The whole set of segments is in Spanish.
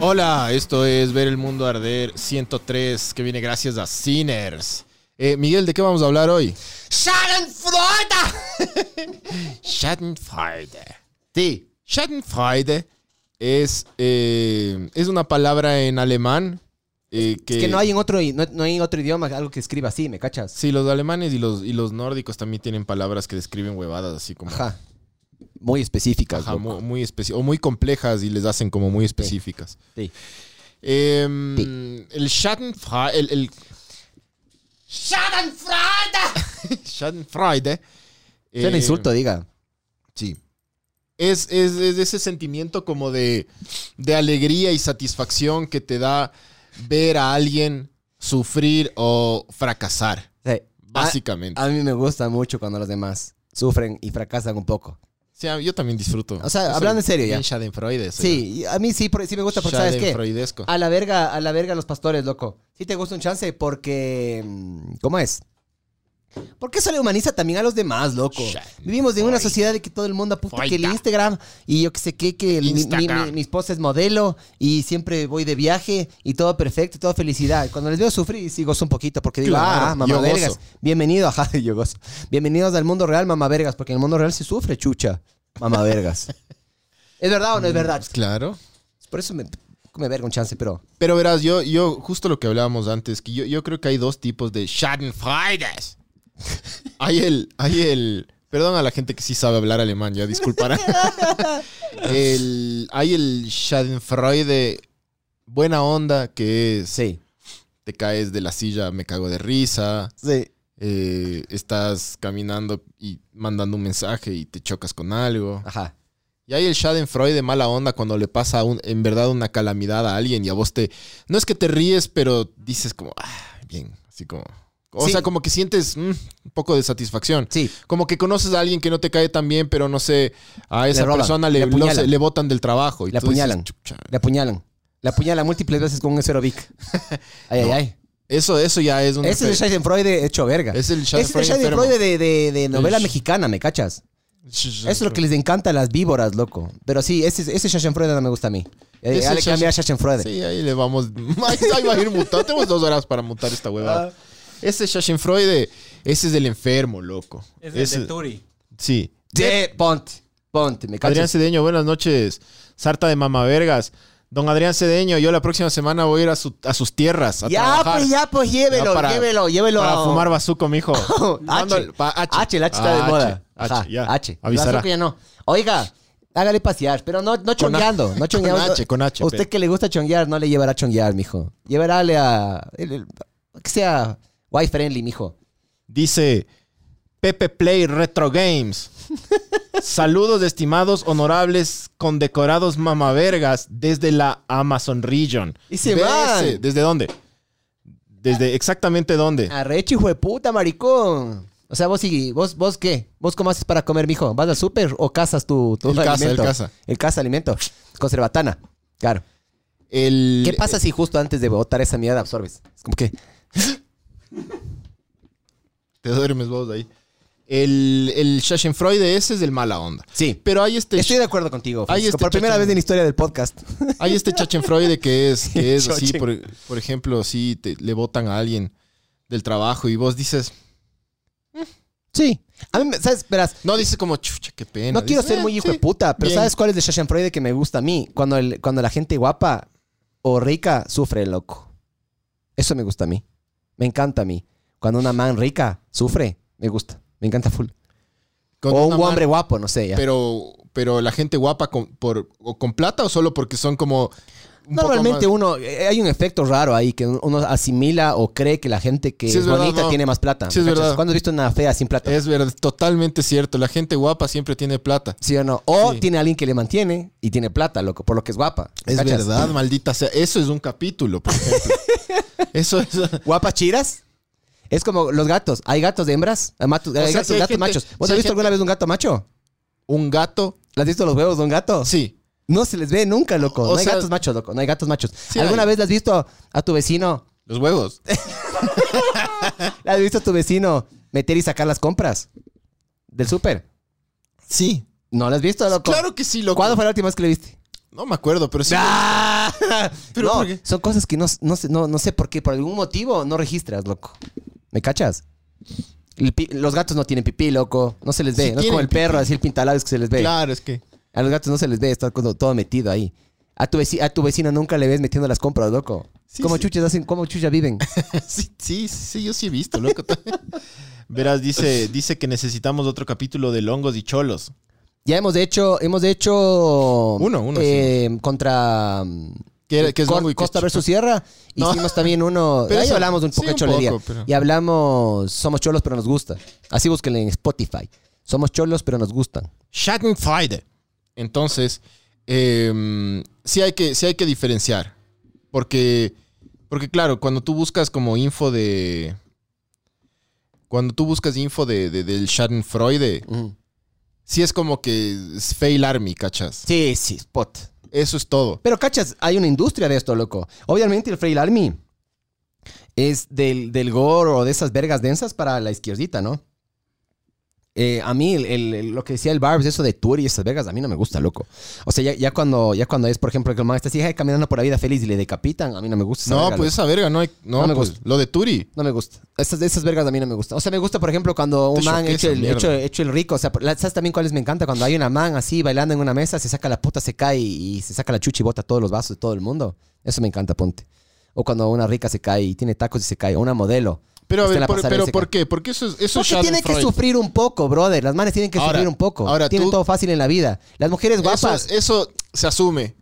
Hola, esto es Ver el Mundo Arder 103, que viene gracias a Sinners. Eh, Miguel, ¿de qué vamos a hablar hoy? ¡Schadenfreude! Schadenfreude. Sí, Schadenfreude es, eh, es una palabra en alemán eh, que... Es que no hay en otro, no, no hay en otro idioma algo que escriba así, ¿me cachas? Sí, los alemanes y los, y los nórdicos también tienen palabras que describen huevadas así como... Ajá. Muy específicas. Ajá, loco. mu- muy, especi- o muy complejas y les hacen como muy específicas. Sí. Em, El Schadenfreude. El, el- Schadenfreude. Es un eh, insulto, diga. Sí. Es, es- es ese sentimiento como de, de alegría y satisfacción que te da ver a alguien sufrir o fracasar, Sí. básicamente. A, a mí me gusta mucho cuando los demás sufren y fracasan un poco. O sea, yo también disfruto. O sea, hablando en serio ya. En Schadenfreude. soy yo. Sí, y a mí sí, por- sí me gusta porque sabes qué. Ah, Schadenfreudesco. A la verga, a la verga los pastores, loco. Sí te gusta un chance porque mm, ¿cómo es? Porque eso le humaniza también a los demás, loco. Sha- Vivimos en una sociedad de que todo el mundo apunta que el Foita. Instagram y yo que sé qué, que el- mi, mi, Instagram. mi- mi esposa es modelo y siempre voy de viaje y todo perfecto, toda felicidad. Cuando les veo sufrir, sí gozo un poquito porque digo, Claro, ah, mamá yo gozo. vergas, bienvenido, ajá, yo gozo. Bienvenidos al mundo real, mamá vergas, porque en el mundo real se sufre, chucha, mamá vergas. ¿Es verdad o no es verdad? Claro. Por eso me, me verga un chance, pero. Pero verás, yo, yo, justo lo que hablábamos antes, que yo, yo creo que hay dos tipos de Schadenfreudes. hay el, hay el, perdón a la gente que sí sabe hablar alemán, ya disculparán. el, hay el Schadenfreude buena onda, que es, Sí. te caes de la silla, me cago de risa, Sí. eh, estás caminando y mandando un mensaje y te chocas con algo. Ajá. Y hay el Schadenfreude mala onda cuando le pasa un- en verdad una calamidad a alguien y a vos te... No es que te ríes, pero dices como, ah, bien, así como... O Sí. sea, como que sientes mm, un poco de satisfacción. Sí. Como que conoces a alguien que no te cae tan bien, pero no sé, a esa roban, persona le, le no sé, apuñalan. le botan del trabajo. Y Le tú dices, apuñalan. "Chucha". Le apuñalan. Le apuñalan múltiples veces con un esfero Vic. Ay, ay, ay. Eso, eso ya es un... Ese es el Schadenfreude hecho verga. Es el Ese es el Schadenfreude Schadenfreude de, de, de novela El sh- mexicana, ¿me cachas? Eso es lo que les encanta a las víboras, loco. Pero sí, ese, ese Schadenfreude no me gusta a mí. Eh, Ese Ya le Schaden- cambié a Schadenfreude. Sí, ahí le vamos. Ahí va a ir mutado. Tenemos dos horas para mutar esta huevada. Ah. Ese Schadenfreude, ese es del enfermo, loco. Es el Ese- de Turi. Sí. Sí, ponte. Ponte, ¿me Adrián cachas? Cedeño, buenas noches. Sarta de mamavergas. Don Adrián Cedeño, yo la próxima semana voy a ir a, su- a sus tierras a Ya, trabajar. pues, ya, pues, Ya llévelo, para- llévelo, llévelo. Para a- fumar bazuco, mijo. Mando H. el- pa- H, el H está de Ah, moda. H, Ajá, ya. H. Avisará. Brazo que ya no. Oiga, hágale pasear, pero no, no chongueando. A- No chongueando. con H, con H, A Usted pero. que le gusta chonguear, no le llevará a chonguear, mijo. Llevarále a. el- el- que sea wife friendly, mijo. Dice Pepe Play Retro Games. Saludos, estimados, honorables, condecorados mamavergas desde la Amazon Region. Y se Ve van. ese, ¿Desde dónde? ¿Desde exactamente dónde? Arrecho, hijo de puta, maricón. O sea, vos y vos, vos qué? ¿Vos cómo haces para comer, mijo? ¿Vas al súper o cazas tu, tu Él caza, él alimento? caza. El caza alimento. Conservatana. Claro. El- eh, ¿Qué pasa si justo antes de botar esa mierda absorbes? Es como que. Te duermes vos ahí. El, el Schadenfreude ese es del mala onda. Sí. Pero hay este, Estoy de acuerdo contigo. Ahí Francisco. está por primera Chacho. vez en la historia del podcast. hay este Schadenfreude que es, que es así, Schaden. por, por ejemplo, si te- le votan a alguien del trabajo y vos dices, Sí. A mí, me- ¿sabes? Verás, no dices como, chucha, qué pena. no quiero Dices, ser "Eh, muy hijo sí, de puta, pero bien". ¿sabes cuál es de Schadenfreude que me gusta a mí? Cuando, el, cuando la gente guapa o rica sufre, loco. Eso me gusta a mí. Me encanta a mí. Cuando una man rica sufre, me gusta. Me encanta full. Con o una un mano- hombre guapo, no sé. ya. Pero, pero la gente guapa con, por, o con plata o solo porque son como un poco Normalmente más. uno, eh, hay un efecto raro ahí, que uno asimila o cree que la gente que Sí, es es verdad, bonita no. tiene más plata. Sí, es ¿me cachas? verdad. ¿Cuándo has visto una fea sin plata? Es verdad, totalmente cierto. La gente guapa siempre tiene plata. ¿Sí o no? O Sí. tiene alguien que le mantiene y tiene plata, loco, por lo que es guapa. ¿me Es cachas? verdad, maldita sea. Eso es un capítulo, por ejemplo. eso es. ¿Guapas chiras? Es como los gatos. ¿Hay gatos de hembras? Hay, matos- hay sea, gatos, si hay gatos gente- machos. ¿Vos si hay has visto alguna vez un gato macho? Un gato. ¿Le has visto los huevos de un gato? Sí. No se les ve nunca, loco. O no hay sea- gatos machos, loco. No hay gatos machos. Sí ¿Alguna hay. vez le has visto a tu vecino? Los huevos. ¿Le has visto a tu vecino meter y sacar las compras del súper? Sí. ¿No lo has visto, loco? Claro que sí, loco. ¿Cuándo fue la última vez que le viste? No me acuerdo, pero sí. Ah. Pero no, ¿por qué? son cosas que no, no, sé- no, no sé por qué, por algún motivo no registras, loco. ¿Me cachas? El pi- los gatos no tienen pipí, loco. No se les ve. Sí no es como tienen el perro, así el pintalabios que se les ve. Claro, es que. A los gatos no se les ve, está todo, todo metido ahí. A tu, vecino, a tu vecino nunca le ves metiendo las compras, loco. Sí, ¿Cómo sí. chuchas hacen? ¿Cómo chuchas viven? Sí, sí, sí, yo sí he visto, loco. Verás, dice, dice que necesitamos otro capítulo de longos y cholos. Ya hemos hecho, hemos hecho Uno, uno, eh, contra mm, Que era- que es Cor- longo y que Costa es versus Sierra. No. Hicimos también uno. Pero ahí eso- hablamos de un sí, poco de un cholería. poco, pero- Y hablamos, somos cholos pero nos gusta. Así búsquenle en Spotify. Somos cholos pero nos gustan. Schadenfreude. Entonces, eh, sí, hay que, sí hay que diferenciar. Porque, porque, claro, cuando tú buscas como info de. Cuando tú buscas info de, de- del Schadenfreude, sí es como que es fail army, ¿cachas? Sí, sí, spot. Eso es todo. Pero cachas, hay una industria de esto, loco. Obviamente el Frail Army es del, del gore o de esas vergas densas para la izquierdita, ¿no? Eh, a mí el- el- el- lo que decía el Barbs, eso de tour y esas vergas, a mí no me gusta, loco. O sea, ya, ya cuando, ya cuando es, por ejemplo, que el man está así, "Ay, caminando por la vida feliz y le decapitan, a mí no me gusta. esa No, verga, pues loco. esa verga no hay. No, No me pues, lo de Turi. No me gusta. Esas, esas vergas a mí no me gustan. O sea, me gusta, por ejemplo, cuando un Te man choqué hecho esa el, mierda. hecho, hecho el rico. O sea, la- ¿sabes también cuáles me encanta? Cuando hay una man así bailando en una mesa, se saca la puta, se cae y, y se saca la chucha y bota todos los vasos de todo el mundo. Eso me encanta, ponte. O cuando una rica se cae y tiene tacos y se cae. O una modelo. Pero a Está en ver, la por, pasarela pero seca. ¿por qué? Porque eso es, eso es Porque tiene que Schadenfreude. sufrir un poco, brother. Las manes tienen que Ahora- sufrir un poco. ahora tienen tú- todo fácil en la vida. Las mujeres Eso, guapas. eso se asume.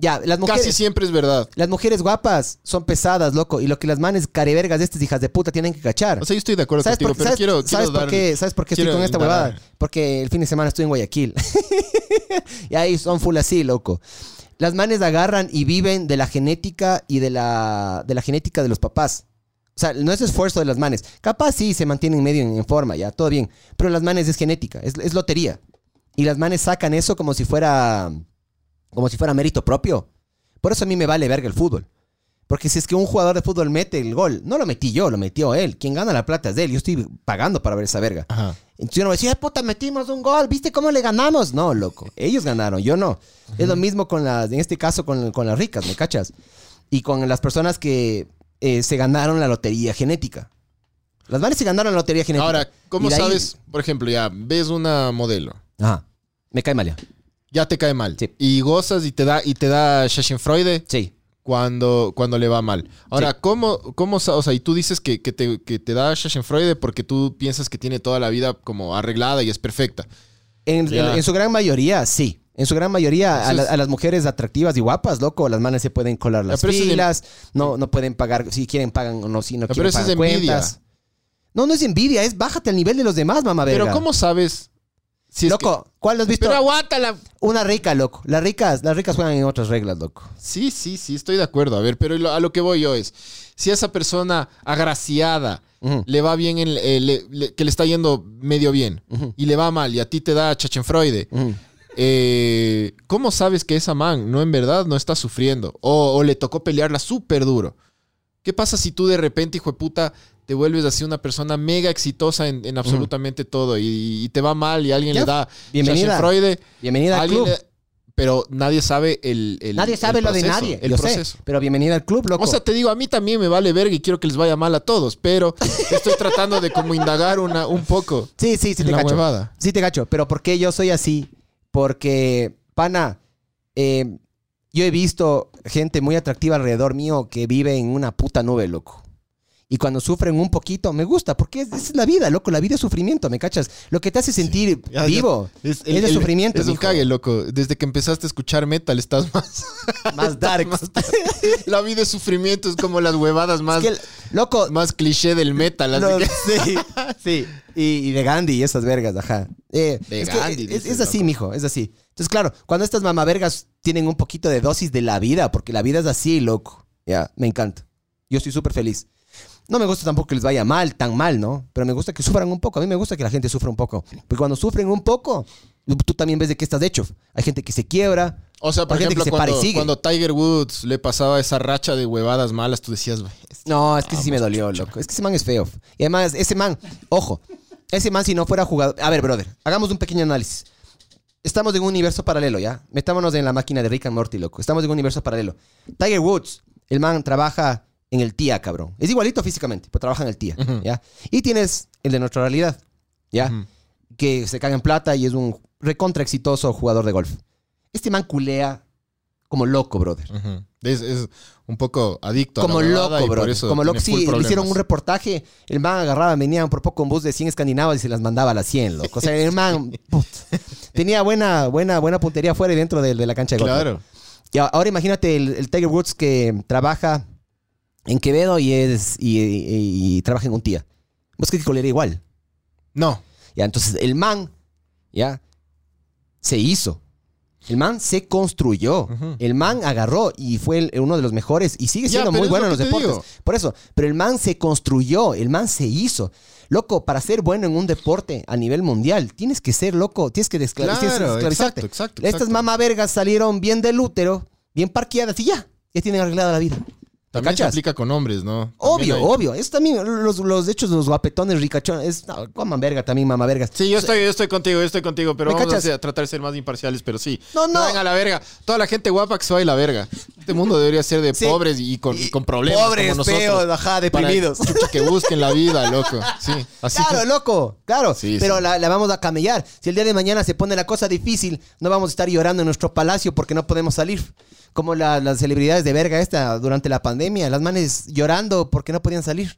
Ya, las Casi mujeres. siempre es verdad. Las mujeres guapas son pesadas, loco. Y lo que las manes carevergas de estas hijas de puta tienen que cachar. O sea, yo estoy de acuerdo ¿Sabes contigo, por, pero sabes- quiero, quiero sabes por dar- qué, ¿Sabes por qué estoy quiero con esta dar- huevada? Porque el fin de semana estuve en Guayaquil. y ahí son full así, loco. Las manes agarran y viven de la genética y de la, de la genética de los papás. O sea, no es esfuerzo de las manes. Capaz sí se mantienen medio en, en forma, ya, todo bien. Pero las manes es genética, es, es lotería. Y las manes sacan eso como si fuera. como si fuera mérito propio. Por eso a mí me vale verga el fútbol. Porque si es que un jugador de fútbol mete el gol, no lo metí yo, lo metió él. Quien gana la plata es de él. Yo estoy pagando para ver esa verga. Ajá. Entonces yo no voy a decir, "Ay, puta, metimos un gol, ¿viste cómo le ganamos? No, loco. Ellos ganaron, yo no. Es lo mismo con las, en este caso, con, con las ricas, ¿me cachas? Y con las personas que eh, se ganaron la lotería genética. Las manes se ganaron la lotería genética. Ahora, ¿cómo Y de ahí- sabes? Por ejemplo, ya ves una modelo, Ajá. Me cae mal ya. ya te cae mal. Sí. Y gozas y te da, y te da Schadenfreude Sí. cuando, cuando le va mal. Ahora, ¿cómo, cómo, sa- o sea, y tú dices que, que te, que te da Schadenfreude porque tú piensas que tiene toda la vida como arreglada y es perfecta. En, Ya. en- en su gran mayoría, sí. En su gran mayoría, a, la- Entonces- a las mujeres atractivas y guapas, loco, las manes se pueden colar las pero eso es en- filas, no, no pueden pagar, si quieren pagan o no, si no pero quieren eso es pagan envidia. cuentas. No, no es envidia, es bájate al nivel de los demás, mamá verga. Pero ¿cómo sabes si es Loco, ¿cuál has que- visto? Pero aguántala. Una rica, loco. Las ricas, las ricas juegan en otras reglas, loco. Sí, sí, sí, estoy de acuerdo. A ver, pero lo- a lo que voy yo es, si esa persona agraciada Ujú. le va bien, en- eh, le- le- que le está yendo medio bien Ujú. y le va mal y a ti te da Chachenfreude, Ujú. eh, ¿cómo sabes que esa man no en verdad no está sufriendo? O, o le tocó pelearla súper duro. ¿Qué pasa si tú de repente, hijo de puta, te vuelves así una persona mega exitosa en, en absolutamente todo y, y te va mal y alguien Ya. le da Bienvenida. Schadenfreude? Bienvenida al Alguien club. le- pero nadie sabe el, el- nadie el sabe lo de proceso, nadie, El yo proceso. sé. Pero bienvenida al club, loco. O sea, te digo, a mí también me vale verga y quiero que les vaya mal a todos, pero estoy tratando de como indagar una, un poco sí, sí, sí, en te la cacho. huevada. Sí, te cacho, pero ¿por qué yo soy así? Porque, pana, eh, yo he visto gente muy atractiva alrededor mío que vive en una puta nube, loco. Y cuando sufren un poquito, me gusta, porque es, es la vida, loco. La vida es sufrimiento, ¿me cachas? Lo que te hace sentir Ya, ya. vivo es, el- el, el- sufrimiento. Es un mijo. cague, loco. Desde que empezaste a escuchar metal estás más... Más dark. la vida es sufrimiento, es como las huevadas Es más, que el- loco, más cliché del metal. así No, que- sí, sí. Y, y de Gandhi y esas vergas, ajá. Eh, De es que Gandhi, es- es, dices, así, mijo, es así. Entonces, claro, cuando estas mamavergas tienen un poquito de dosis de la vida, porque la vida es así, loco. Ya, me encanta. Yo estoy súper feliz. No me gusta tampoco que les vaya mal, tan mal, ¿no? Pero me gusta que sufran un poco. A mí me gusta que la gente sufra un poco. Porque cuando sufren un poco, tú también ves de qué estás hecho. Hay gente que se quiebra. O sea, por Hay gente que ejemplo, se para cuando, y sigue. cuando Tiger Woods le pasaba esa racha de huevadas malas, tú decías, "Güey, No, es que sí me dolió, loco. Es que ese man es feo. Y además, ese man, ojo, ese man si no fuera jugador. A ver, brother, hagamos un pequeño análisis. Estamos en un universo paralelo, ¿ya? Metámonos en la máquina de Rick and Morty, loco. Estamos en un universo paralelo. Tiger Woods, el man trabaja en el TIA, cabrón. Es igualito físicamente, pero trabaja en el TIA, Ujú. ¿ya? Y tienes el de nuestra realidad, ¿ya? Ujú. Que se caga en plata y es un recontra exitoso jugador de golf. Este man culea como loco, brother. Ujú. Es, es un poco adicto a Como la huevada loco, y por bro. eso Como loco, tiene full sí, le problemas. hicieron un reportaje. El man agarraba, venían por poco un bus de 100 escandinavas y se las mandaba a las 100, loco. O sea, el man put, tenía buena, buena, buena puntería fuera y dentro de, de la cancha de golf. Claro. Y a- ahora imagínate el, el Tiger Woods que trabaja en Quevedo y es y, y- y trabaja en un tía. Vos crees que colera igual. No. Ya, entonces el man, ya, se hizo. El man se construyó. Ujú. El man agarró y fue el- uno de los mejores y sigue Ya, siendo pero muy es bueno en lo los que te deportes. digo. Por eso, pero el man se construyó, el man se hizo. Loco, para ser bueno en un deporte a nivel mundial, tienes que ser loco, tienes que, descla- Claro, tienes que esclavizarte. exacto, exacto, Estas exacto. mamavergas salieron bien del útero, bien parqueadas y ya, ya tienen arreglada la vida. ¿Me También se cachas? aplica con hombres, ¿no? Obvio, También hay- obvio. Eso también, los, los hechos de los guapetones, ricachones, es, no, coman verga también, mamavergas. Sí, yo estoy, yo estoy contigo, yo estoy contigo, pero ¿Me vamos a cachas? ser- a tratar de ser más imparciales, pero sí. No, no. Vayan a la verga. Toda la gente guapa que se va a la verga. Este mundo debería ser de Sí. pobres y con, Y con problemas pobres, como nosotros. feos, ajá, Para deprimidos. chucha, que busquen la vida, loco. Sí, así. Claro, loco, claro. Sí, pero sí. La, la vamos a camellar. Si el día de mañana se pone la cosa difícil, no vamos a estar llorando en nuestro palacio porque no podemos salir. Como la- las celebridades de verga esta durante la pandemia, las manes llorando porque no podían salir.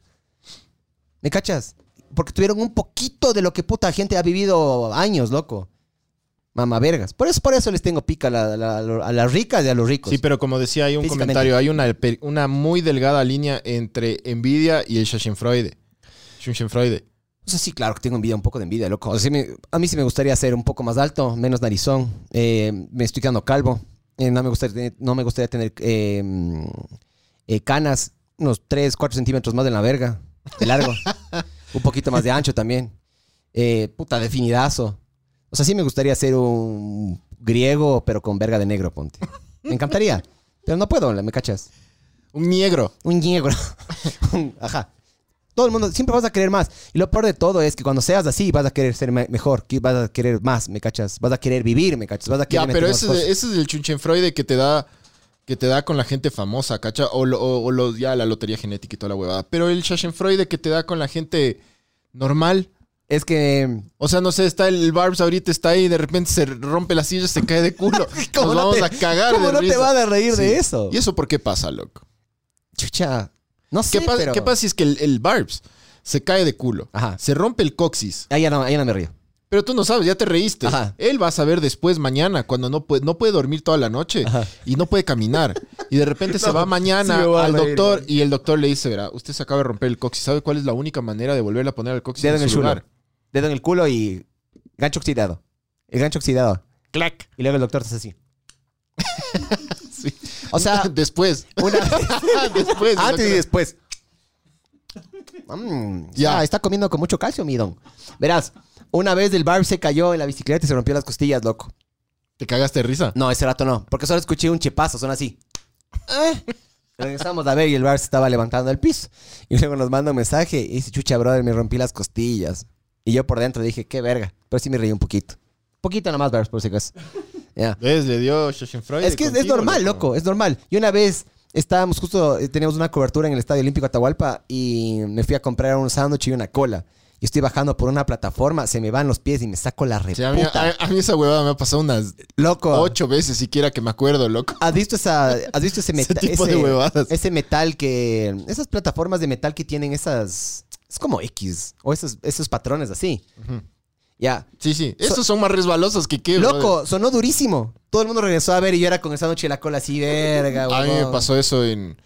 ¿Me cachas? Porque tuvieron un poquito de lo que puta gente ha vivido años, loco. Mamá vergas. Por eso, por eso les tengo pica a, la- la- a las ricas y a los ricos. Sí, pero como decía hay un Físicamente. comentario, hay una, per- una muy delgada línea entre envidia y el Schadenfreude. Schadenfreude. O sea, sí, claro que tengo envidia, un poco de envidia, loco. O sea, sí me- a mí sí me gustaría ser un poco más alto, menos narizón. Eh, me estoy quedando calvo. Eh, no, me gustaría tener, no me gustaría tener eh, mm, eh, canas, unos 3, 4 centímetros más de la verga, de largo. un poquito más de ancho también. Eh, puta, definidazo. O sea, sí me gustaría ser un griego, pero con verga de negro, ponte. Me encantaría, pero no puedo, ¿me cachas? Un negro. Un negro. Un- Ajá. Todo el mundo, siempre vas a querer más. Y lo peor de todo es que cuando seas así, vas a querer ser me- mejor, que vas a querer más, ¿me cachas? Vas a querer vivir, ¿me cachas? Vas a querer Ya, pero meter más ese, cosas. es- ese es el Schadenfreude que te da que te da con la gente famosa, ¿cacha? O, lo- o- o los, ya la lotería genética y toda la huevada. Pero el Schadenfreude que te da con la gente normal. Es que... O sea, no sé, está el Barbs ahorita, está ahí y de repente se rompe la silla, se cae de culo. Nos no vamos te- a cagar ¿Cómo de no te risa. vas a reír Sí. de eso? ¿Y eso por qué pasa, loco? Chucha. No sé, ¿Qué, pasa, pero... qué pasa si es que el, el Barbs se cae de culo? Ajá. Se rompe el coxis. Ahí ya no, ahí ya no me río. Pero tú no sabes, ya te reíste. Ajá. Él va a saber después, mañana, cuando no puede, no puede dormir toda la noche y no puede caminar. Y de repente se va mañana sí me voy a al reír, doctor y el doctor le dice, verá, usted se acaba de romper el coxis. ¿Sabe cuál es la única manera de volverle a poner el coxis Dedo en en el su chulo. lugar? Dedo en el culo y gancho oxidado. El gancho oxidado. ¡Clac! Y luego el doctor te hace así. Sí. O sea, después. Ah, una después. el Antes doctor- y después. Mm, Ya. está- está comiendo con mucho calcio, mi don. Verás, una vez el Barb se cayó en la bicicleta y se rompió las costillas, loco. ¿Te cagaste de risa? No, ese rato no, porque solo escuché un chepazo, son así. Eh. Regresamos a ver y el Barb se estaba levantando al piso. Y luego nos manda un mensaje y dice, chucha, brother, me rompí las costillas. Y yo por dentro dije, qué verga. Pero sí me reí un poquito. Poquito nomás, Barb, por si acaso. Ya. ¿Ves? Le dio Schadenfreude Es que es- es contigo, normal, loco, es normal. Y una vez estábamos justo, eh, teníamos una cobertura en el Estadio Olímpico Atahualpa y me fui a comprar un sándwich y una cola. y estoy bajando por una plataforma, se me van los pies y me saco la Sí, a, mí, reputa. a- a mí esa huevada me ha pasado unas Loco. ocho veces siquiera que me acuerdo, loco. ¿Has visto, esa, ¿Has visto ese metal? tipo de huevadas. ese metal que. Esas plataformas de metal que tienen esas. Es como X. O esos, esos patrones así. Ya. Sí, sí. Estos son más resbalosos que qué, brother. Loco, sonó durísimo. Todo el mundo regresó a ver y yo era con esa noche la cola así, verga, A mí me huevón. pasó eso en,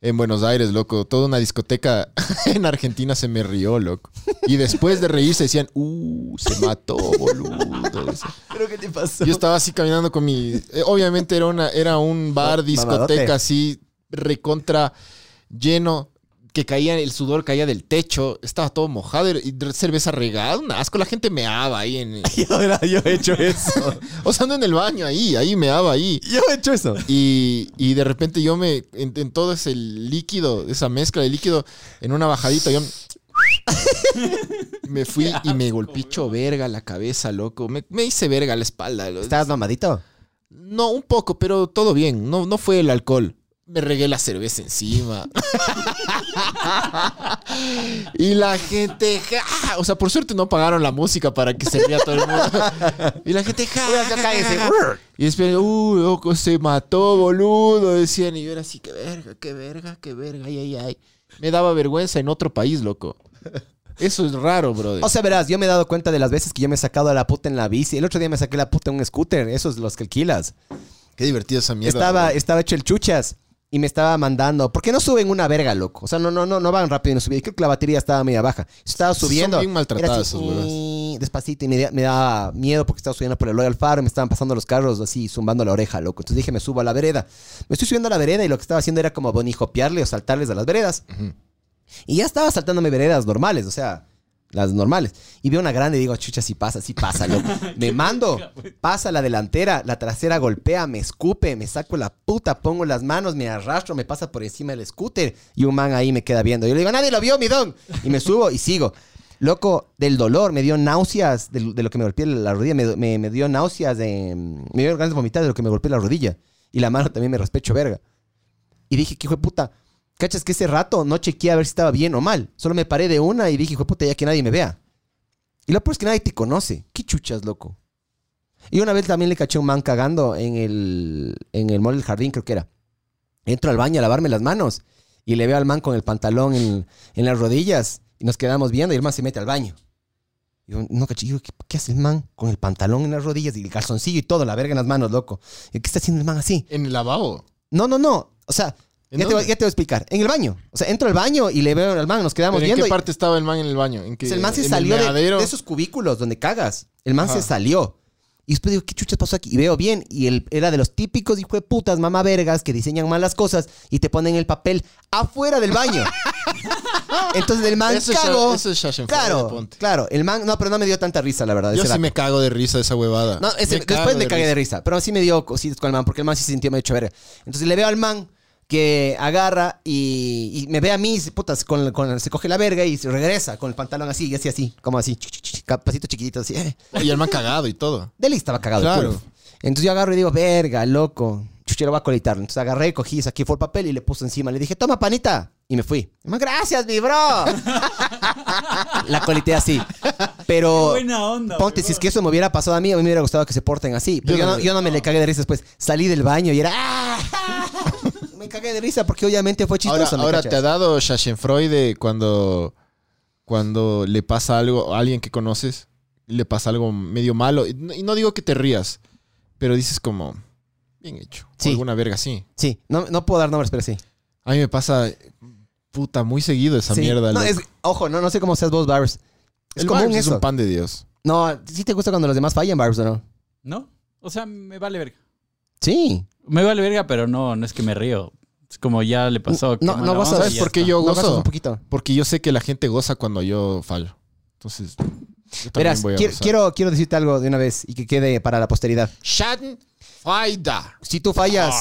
en Buenos Aires, loco. Toda una discoteca en Argentina se me rió, loco. Y después de reírse decían, uh, se mató, boludo. Decían. Creo que te pasó. Yo estaba así caminando con mi. eh, obviamente era una, era un bar, Ma- mamadote. discoteca así, recontra lleno, que caía, el sudor caía del techo, estaba todo mojado y de- cerveza regada, un asco, la gente meaba ahí en. Yo, era- yo he hecho eso. O sea, ando en el baño ahí, ahí meaba ahí. Yo he hecho eso. Y, y de repente yo me. En, en todo ese líquido, esa mezcla de líquido, en una bajadita, yo. Me fui y me golpicho verga la cabeza, loco. Me, me hice verga la espalda. lo- ¿Estabas mamadito? no, un poco, pero todo bien. No, no fue el alcohol. Me regué la cerveza encima. y la gente. ja, O sea, por suerte no pagaron la música para que se ría todo el mundo. y la gente. ja, ja, ja, ja, ja. Y después, uy, loco, se mató, boludo. Decían, y yo era así, qué verga, qué verga, qué verga, ay, ay, ay. Me daba vergüenza en otro país, loco. Eso es raro, brother. O sea, verás, yo me he dado cuenta de las veces que yo me he sacado a la puta en la bici. El otro día me saqué la puta en un scooter. Esos los que alquilas. qué divertido esa mierda. estaba, brother. estaba hecho el chuchas y me estaba mandando. ¿Por qué no suben una verga, loco? O sea, no, no, no, no van rápido y no subían. Creo que la batería estaba media baja. Estaba Son subiendo. bien maltratadas era esas huevas. "Eh", Despacito y me, da- me daba miedo porque estaba subiendo por el Royal Faro y me estaban pasando los carros así, zumbando la oreja, loco. Entonces dije, me subo a la vereda. Me estoy subiendo a la vereda y lo que estaba haciendo era como bonijopearle o saltarles a las veredas. Y ya estaba saltándome veredas normales, o sea, las normales. Y veo una grande y digo, chucha, si pasa, si pasa, loco. Me mando, pasa la delantera, la trasera golpea, me escupe, me saco la puta, pongo las manos, me arrastro, me pasa por encima del scooter y un man ahí me queda viendo. Yo le digo, nadie lo vio, mi don. Y me subo y sigo. Loco, del dolor, me dio náuseas del- de, lo que me golpeé la rodilla, me, me- me dio náuseas, de, mm, me dio ganas de vomitar de lo que me golpeé la rodilla. Y la mano también me respecho, verga. Y dije, que hijo de puta, cachas que ese rato no chequeé a ver si estaba bien o mal. Solo me paré de una y dije, hijo de puta, ya que nadie me vea. Y lo peor es que nadie te conoce. ¿Qué chuchas, loco? Y una vez también le caché a un man cagando en el, en el mall del jardín, creo que era. Entro al baño a lavarme las manos y le veo al man con el pantalón en, en las rodillas y nos quedamos viendo y el man se mete al baño. Y Yo, no, caché, yo, ¿qué, qué hace el man con el pantalón en las rodillas y el calzoncillo y todo, la verga en las manos, loco? ¿Qué está haciendo el man así? En el lavabo. No, no, no. O sea, ¿En ya te, voy, dónde? ya te voy a explicar. En el baño. O sea, entro al baño y le veo al man, nos quedamos ¿Pero ¿En viendo. qué y- parte estaba el man en el baño? ¿En o qué, sea, el man se en salió de, meadero? de esos cubículos donde cagas. El man Ajá. se salió. Y después digo, ¿qué chuchas pasó aquí? Y veo bien. Y él era de los típicos hijo de putas, mamá vergas, que diseñan malas cosas y te ponen el papel afuera del baño. Entonces el man Eso es- cagó. eso es Schadenfreude, claro, ponte. claro. El man, no, pero no me dio tanta risa, la verdad. Yo ese sí dato. me cago de risa de esa huevada. No, ese- Me cago después me cagué de risa, pero sí me dio cositas con el man, porque el man sí se sintió medio hecho verga. Entonces le veo al man que agarra y, y me ve a mí, se- putas, con, con- se coge la verga y se regresa con el pantalón así, y así, así, como así, ch, ch, ch, ch, pasito chiquitito, así. eh. Y el man cagado y todo. De lista estaba cagado. el Claro. culo. Entonces yo agarro y digo, verga, loco, chuchero va a colitarlo. Entonces agarré, cogí, saqué fue el papel y le puse encima. Le dije, toma panita. Y me fui. El man, gracias, mi bro. la colité así. Pero... Buena onda. Ponte, huevón. si es que eso me hubiera pasado a mí, a mí me hubiera gustado que se porten así. Pero Yo yo, no, también. yo no me le cagué de risa después. Salí del baño y era. "Ah". Me cagué de risa porque obviamente fue chistoso. Ahora, ¿me ahora cachas? te ha dado Schadenfreude cuando, cuando le pasa algo a alguien que conoces, le pasa algo medio malo. Y no, y no digo que te rías, pero dices como, bien hecho. o Sí. alguna verga así. Sí, no, no puedo dar nombres, pero sí. A mí me pasa, puta, muy seguido esa Sí. mierda. No, loco. es- ojo, no, no sé cómo seas vos, Barbs. Es El común Marx es eso. un pan de Dios. No, sí te gusta cuando los demás fallan, Barbs, ¿o no? ¿No? O sea, me vale verga. Sí. Me vale verga, pero no, no es que me río. Es como ya le pasó. qué No, mala no onda gozas. y ¿Sabes ya por qué está. yo No gastas gozo? un poquito. Porque yo sé que la gente goza cuando yo fallo. Entonces, yo también Verás, voy a quiero, gozar. quiero, quiero decirte algo de una vez y que quede para la posteridad. Schadenfreude. Si tú fallas.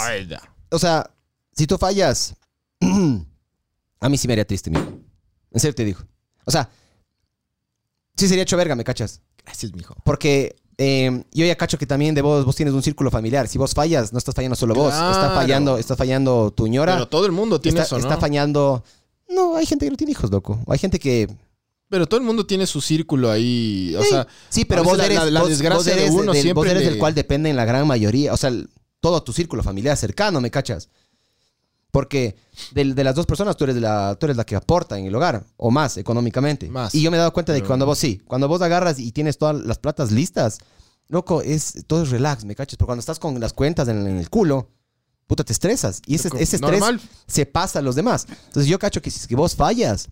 O sea, si tú fallas, a mí sí me haría triste, mijo. En serio te digo. O sea, sí sería hecho verga, ¿me cachas? Gracias, mijo. Porque eh, yo ya cacho que también de vos, vos tienes un círculo familiar. Si vos fallas, no estás fallando solo vos. Está Claro. fallando, está fallando tu ñora. Pero todo el mundo tiene está, eso, ¿no? está fallando... No, hay gente que no tiene hijos, loco. O Hay gente que Pero todo el mundo tiene su círculo ahí. O sea, Sí, pero a veces vos eres, la, la- la vos- desgracia vos eres de uno del- siempre vos eres le- del cual dependen la gran mayoría, o sea, el- todo tu círculo familiar cercano, ¿me cachas? Porque del- de, las dos personas tú eres, de la, tú eres la que aporta en el hogar, o más económicamente. Más. Y yo me he dado cuenta de que Pero- cuando vos sí, cuando vos agarras y tienes todas las platas listas, loco, es, todo es relax, ¿me cachas? Pero cuando estás con las cuentas en, en el culo, puta, te estresas. Y ese, ese estrés normal. se pasa a los demás. Entonces yo cacho que si es que vos fallas,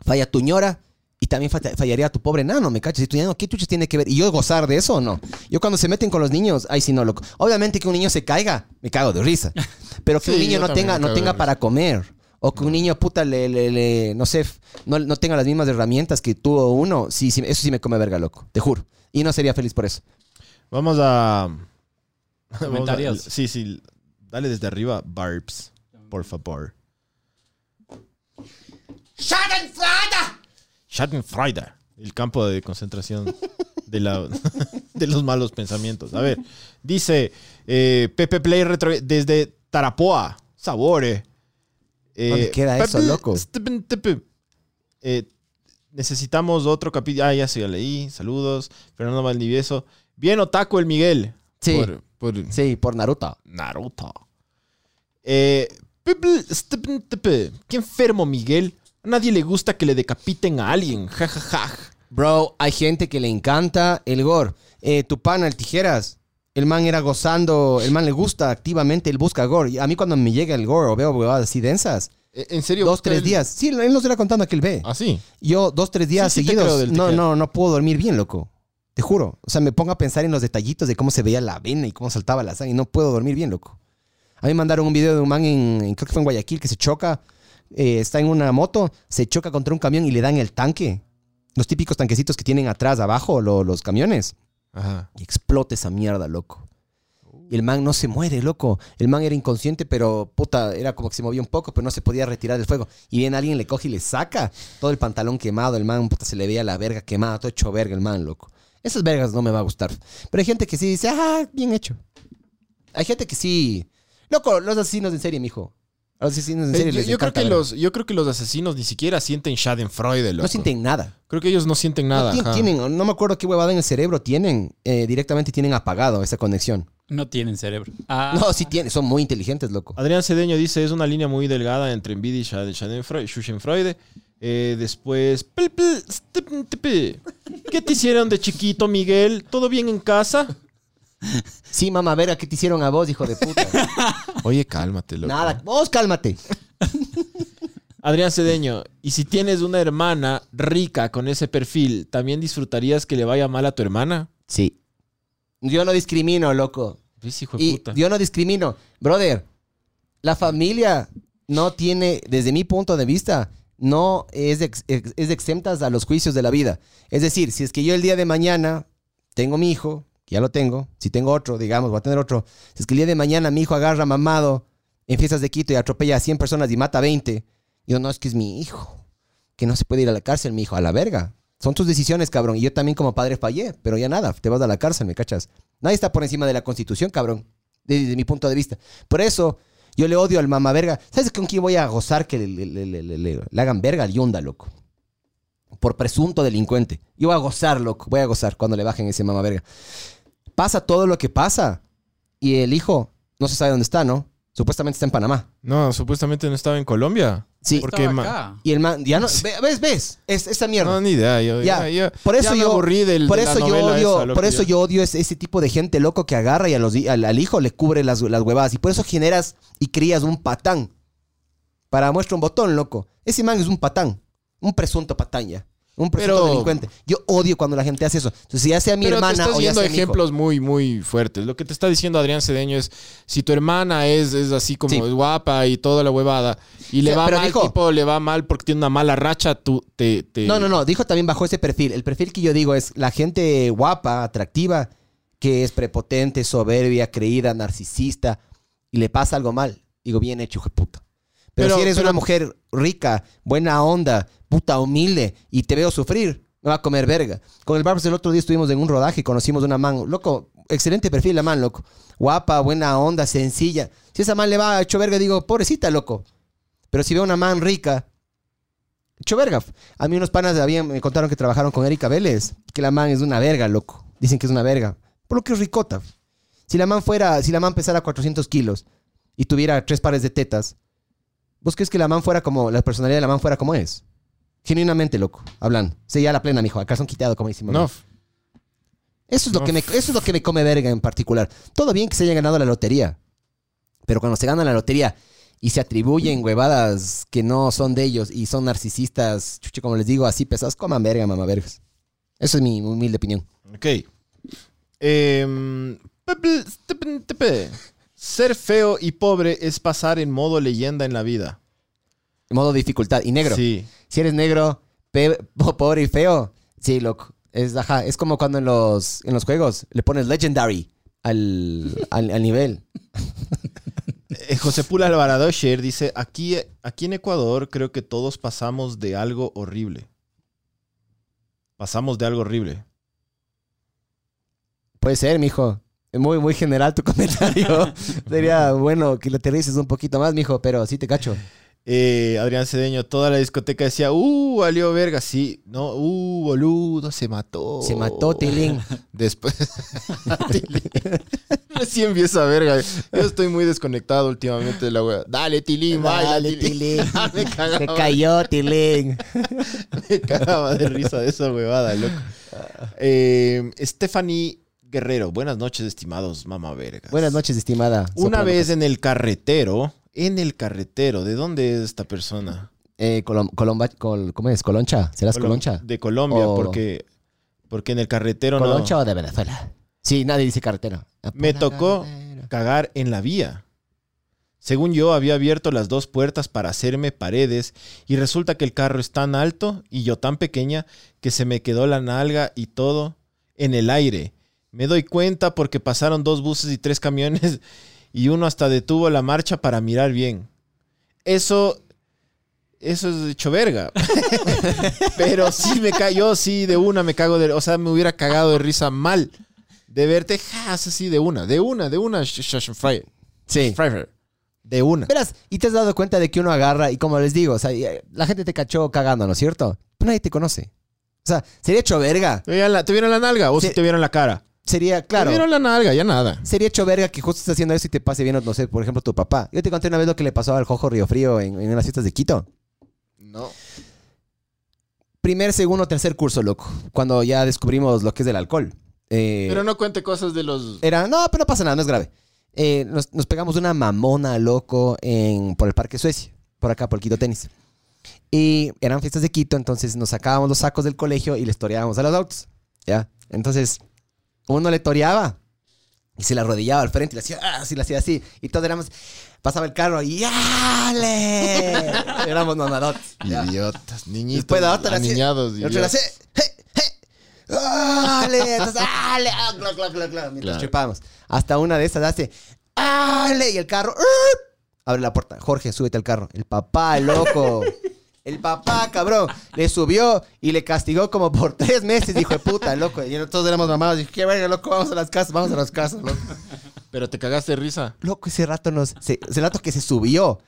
falla tu ñora y también falla- fallaría tu pobre nano, ¿me cachas? Y tu nano, ¿qué chuches tiene que ver? ¿Y yo gozar de eso o no? Yo cuando se meten con los niños, ay, sí, no, loco. Obviamente que un niño se caiga, me cago de risa. Pero que Sí, un niño yo no también tenga, me no cago de tenga risa. para comer. O que un niño, puta, le, le- le- no sé, f- no, no tenga las mismas herramientas que tuvo uno. Sí, sí, eso sí me come verga, loco. Te juro. Y no sería feliz por eso. Vamos a. Comentarios. sí, sí. Dale desde arriba, Barbs. Por favor. Schadenfreude. Schadenfreude. El campo de concentración de, la, de los malos pensamientos. A ver, dice eh, Pepe Play Retro desde Tarapoa. Sabore. Eh, ¿Dónde queda eso, Pepe- loco? Stepen- tepe. Eh, necesitamos otro capítulo. Ah, ya sí, ya leí. Saludos. Fernando Valdivieso. Bien, Otaku el Miguel. Sí. Por, por Sí, por Naruto. Naruto. Eh, people, step, tepe. Qué enfermo, Miguel. A nadie le gusta que le decapiten a alguien. Ja, ja, ja. Bro, hay gente que le encanta el gore. Eh, tu pana, el tijeras. El man era gozando, el man le gusta activamente, él busca gore. Y a mí cuando me llega el gore o veo huevadas así densas, Eh, En serio. dos, busca tres el- días. Sí, él nos era contando que él ve. Ah, sí. Yo dos, tres días Sí, sí te creo seguidos, del no, tijeras. no, no puedo dormir bien, loco. Te juro. O sea, me pongo a pensar en los detallitos de cómo se veía la vena y cómo saltaba la sangre y no puedo dormir bien, loco. A mí me mandaron un video de un man en, en- creo que fue en Guayaquil, que se choca, eh, está en una moto, se choca contra un camión y le dan el tanque. Los típicos tanquecitos que tienen atrás, abajo, lo- los camiones. Ajá. Y explota esa mierda, loco. Y el man no se muere, loco. El man era inconsciente, pero puta, era como que se movía un poco, pero no se podía retirar del fuego. Y bien alguien le coge y le saca todo el pantalón quemado. El man, puta, se le veía la verga quemada, todo hecho verga el man, loco. Esas vergas no me va a gustar. Pero hay gente que sí dice, ah, bien hecho. Hay gente que sí. Loco, los asesinos en serie, mijo. A los asesinos en Eh, serie yo, les yo creo encanta que verga. los, yo creo que los asesinos ni siquiera sienten Schadenfreude, loco. No sienten nada. Creo que ellos no sienten nada. no, tien- ajá. tienen, no me acuerdo qué huevada en el cerebro tienen. Eh, directamente tienen apagado esa conexión. No tienen cerebro. Ah, No, sí tiene, son muy inteligentes, loco. Adrián Cedeño dice, es una línea muy delgada entre envidia y Schaden- Schadenfreude. Schadenfreude. Eh, después, "Pel, pel, step, tepe". ¿qué te hicieron de chiquito, Miguel? ¿Todo bien en casa? Sí, mamá, verga, ¿qué te hicieron a vos, hijo de puta? Oye, cálmate, loco. Nada, vos cálmate. Adrián Cedeño, ¿y si tienes una hermana rica con ese perfil, también disfrutarías que le vaya mal a tu hermana? Sí. Yo no discrimino, loco. ¿Ves, hijo de Y puta? yo no discrimino. Brother, la familia no tiene, desde mi punto de vista, no es, ex- ex- es exentas a los juicios de la vida. Es decir, si es que yo el día de mañana tengo mi hijo, que ya lo tengo, si tengo otro, digamos, voy a tener otro, si es que el día de mañana mi hijo agarra mamado en fiestas de Quito y atropella a 100 personas y mata a 20, yo no, es que es mi hijo, que no se puede ir a la cárcel, mi hijo, a la verga. Son tus decisiones, cabrón. Y yo también como padre fallé, pero ya nada, te vas a la cárcel, ¿me cachas? Nadie está por encima de la constitución, cabrón desde mi punto de vista. Por eso, yo le odio al mamá verga. ¿Sabes con quién voy a gozar que le, le- le- le- le- le- le hagan verga al Yunda, loco? Por presunto delincuente. Yo voy a gozar, loco. Voy a gozar cuando le bajen ese mamá verga. Pasa todo lo que pasa. Y el hijo no se sabe dónde está, ¿no? Supuestamente está en Panamá. No, supuestamente no estaba en Colombia. Sí. ¿Por estaba qué, ma- acá. Y el man, ya no. ve- ¿Ves? ¿Ves? Es, esa mierda. No, ni idea. Yo, Ya, ya- por ya eso me yo- aburrí del, Por de la eso yo novela odio, esa, loco, por eso ya. yo odio es- ese tipo de gente loco que agarra y a los, hi- al, al hijo le cubre las, las huevadas. Y por eso generas y crías un patán. Para muestra un botón, loco. Ese man es un patán. Un presunto patán ya. Un presunto Pero- delincuente. Yo odio cuando la gente hace eso. Entonces, si ya sea mi Pero te hermana estás o ya viendo sea mi hijo. ejemplos muy, muy fuertes. Lo que te está diciendo Adrián Cedeño es, si tu hermana es, es así como Sí. es guapa y toda la huevada, y le Sí, va pero mal, dijo- tipo, le va mal porque tiene una mala racha, tú te... te- No, no, no. Dijo también bajo ese perfil. El perfil que yo digo es la gente guapa, atractiva, que es prepotente, soberbia, creída, narcisista, y le pasa algo mal. Digo, bien hecho, hijo de puta. Pero, Pero- si eres pero- una mujer rica, buena onda, puta humilde, y te veo sufrir, me va a comer verga. Con el Barbs el otro día estuvimos en un rodaje y conocimos una man, loco, excelente perfil la man, loco. Guapa, buena onda, sencilla. Si esa man le va a hecho verga, digo, pobrecita, loco. Pero si veo una man rica, Hecho verga. A mí unos panas habían- me contaron que trabajaron con Erika Vélez. Que la man es una verga, loco. Dicen que es una verga. Por lo que es ricota. Si la man fuera, si la man pesara 400 kilos y tuviera tres pares de tetas, ¿vos crees que la man fuera como, la personalidad de la man fuera como es? Genuinamente, loco. Hablando. Sería la plena, mijo. Acá son quitado, como decimos. No. Eso es, lo No. que me, eso es lo que me come verga en particular. Todo bien que se haya ganado la lotería. Pero cuando se gana la lotería y se atribuyen huevadas que no son de ellos y son narcisistas, chuche, como les digo, así pesados, coman verga, mamá vergas. Eso es mi humilde opinión. Ok. Em, pepe, tepe, tepe. ser feo y pobre es pasar en modo leyenda en la vida. En modo dificultad. Y negro. Sí. Si eres negro, pe- po- pobre y feo. Sí, loco. Es, ajá, es como cuando en los, en los juegos le pones legendary al, al, al nivel. Eh, José Pula Alvarado Sher dice, aquí, aquí en Ecuador creo que todos pasamos de algo horrible. Pasamos de algo horrible. Puede ser, mijo. Muy, muy general tu comentario. Sería bueno que lo aterrices un poquito más, mijo, pero sí te cacho. Eh, Adrián Cedeño, toda la discoteca decía, uh, valió verga, sí, no, uh, boludo, se mató. Se mató Tilín. Después. Tilín. Recién vi esa verga. Yo estoy muy desconectado últimamente de la wea. Dale, Tilín, baila, Dale, Tilín. Ah, Tilín. me cagaba. Se cayó Tilín. Me cagaba de risa de esa huevada, loco. Eh, Stephanie Guerrero, buenas noches, estimados mamá verga. Buenas noches, estimada. Una Soprano. vez en el carretero, en el carretero, ¿de dónde es esta persona? Eh, Colom- Colomba- Col- ¿Cómo es? ¿Coloncha? ¿Serás Colom- Coloncha? De Colombia, O- porque, porque en el carretero no. ¿Coloncha o de Venezuela? Sí, nadie dice carretera. Me tocó cagar en la vía. Según yo, había abierto las dos puertas para hacerme paredes y resulta que el carro es tan alto y yo tan pequeña que se me quedó la nalga y todo en el aire. Me doy cuenta porque pasaron dos buses y tres camiones y uno hasta detuvo la marcha para mirar bien. Eso... Eso es hecho verga. Pero sí me cayó, sí, de una me cago de... O sea, me hubiera cagado de risa mal de verte, ja, es así, de una, de una, de una, sh- sh- sh- Fryer. Sí. Fryer. De una. Verás, y te has dado cuenta de que uno agarra, y como les digo, o sea, y, eh, la gente te cachó cagando, ¿no es cierto? Pero nadie te conoce. O sea, sería hecho verga. ¿Te vieron la, te vieron la nalga o Sí. si te vieron la cara? Sería, claro. Te vieron la nalga, ya nada. Sería hecho verga que justo estés haciendo eso y te pase bien, no sé, por ejemplo, tu papá. Yo te conté una vez lo que le pasó al Jojo Río Frío en, en las fiestas de Quito. No. Primer, segundo, tercer curso, loco. Cuando ya descubrimos lo que es el alcohol. Eh, Pero no cuente cosas de los... Era, no, pero no pasa nada, no es grave. Eh, nos, nos pegamos una mamona, loco, en, por el Parque Suecia, por acá, por el Quito Tenis. Y eran fiestas de Quito, entonces nos sacábamos los sacos del colegio y les toreábamos a los autos. ¿Ya? Entonces, uno le toreaba y se le arrodillaba al frente y le hacía ah, así, le hacía así. Y todos éramos, pasaba el carro y ¡yale! éramos mamadotes. ¿ya? Eh, Idiotas, niñitos, Después la otra le hacía- aniñados, Y otro le idiotas. hace, ¡hey! ¡hey! ¡Ale! Entonces, ¡ale! ¡Ah, clac, clac, clac, clac! Mientras Claro. chupamos. Hasta una de esas hace, ¡ale! Y el carro, ¡ah! Abre la puerta. Jorge, súbete al carro. El papá, loco. El papá, cabrón, le subió y le castigó como por tres meses, hijo de puta, loco. Y todos éramos mamados. Dije, qué verga, loco, vamos a las casas, vamos a las casas, loco. Pero te cagaste de risa. Loco, ese rato nos. se- ese rato que se subió.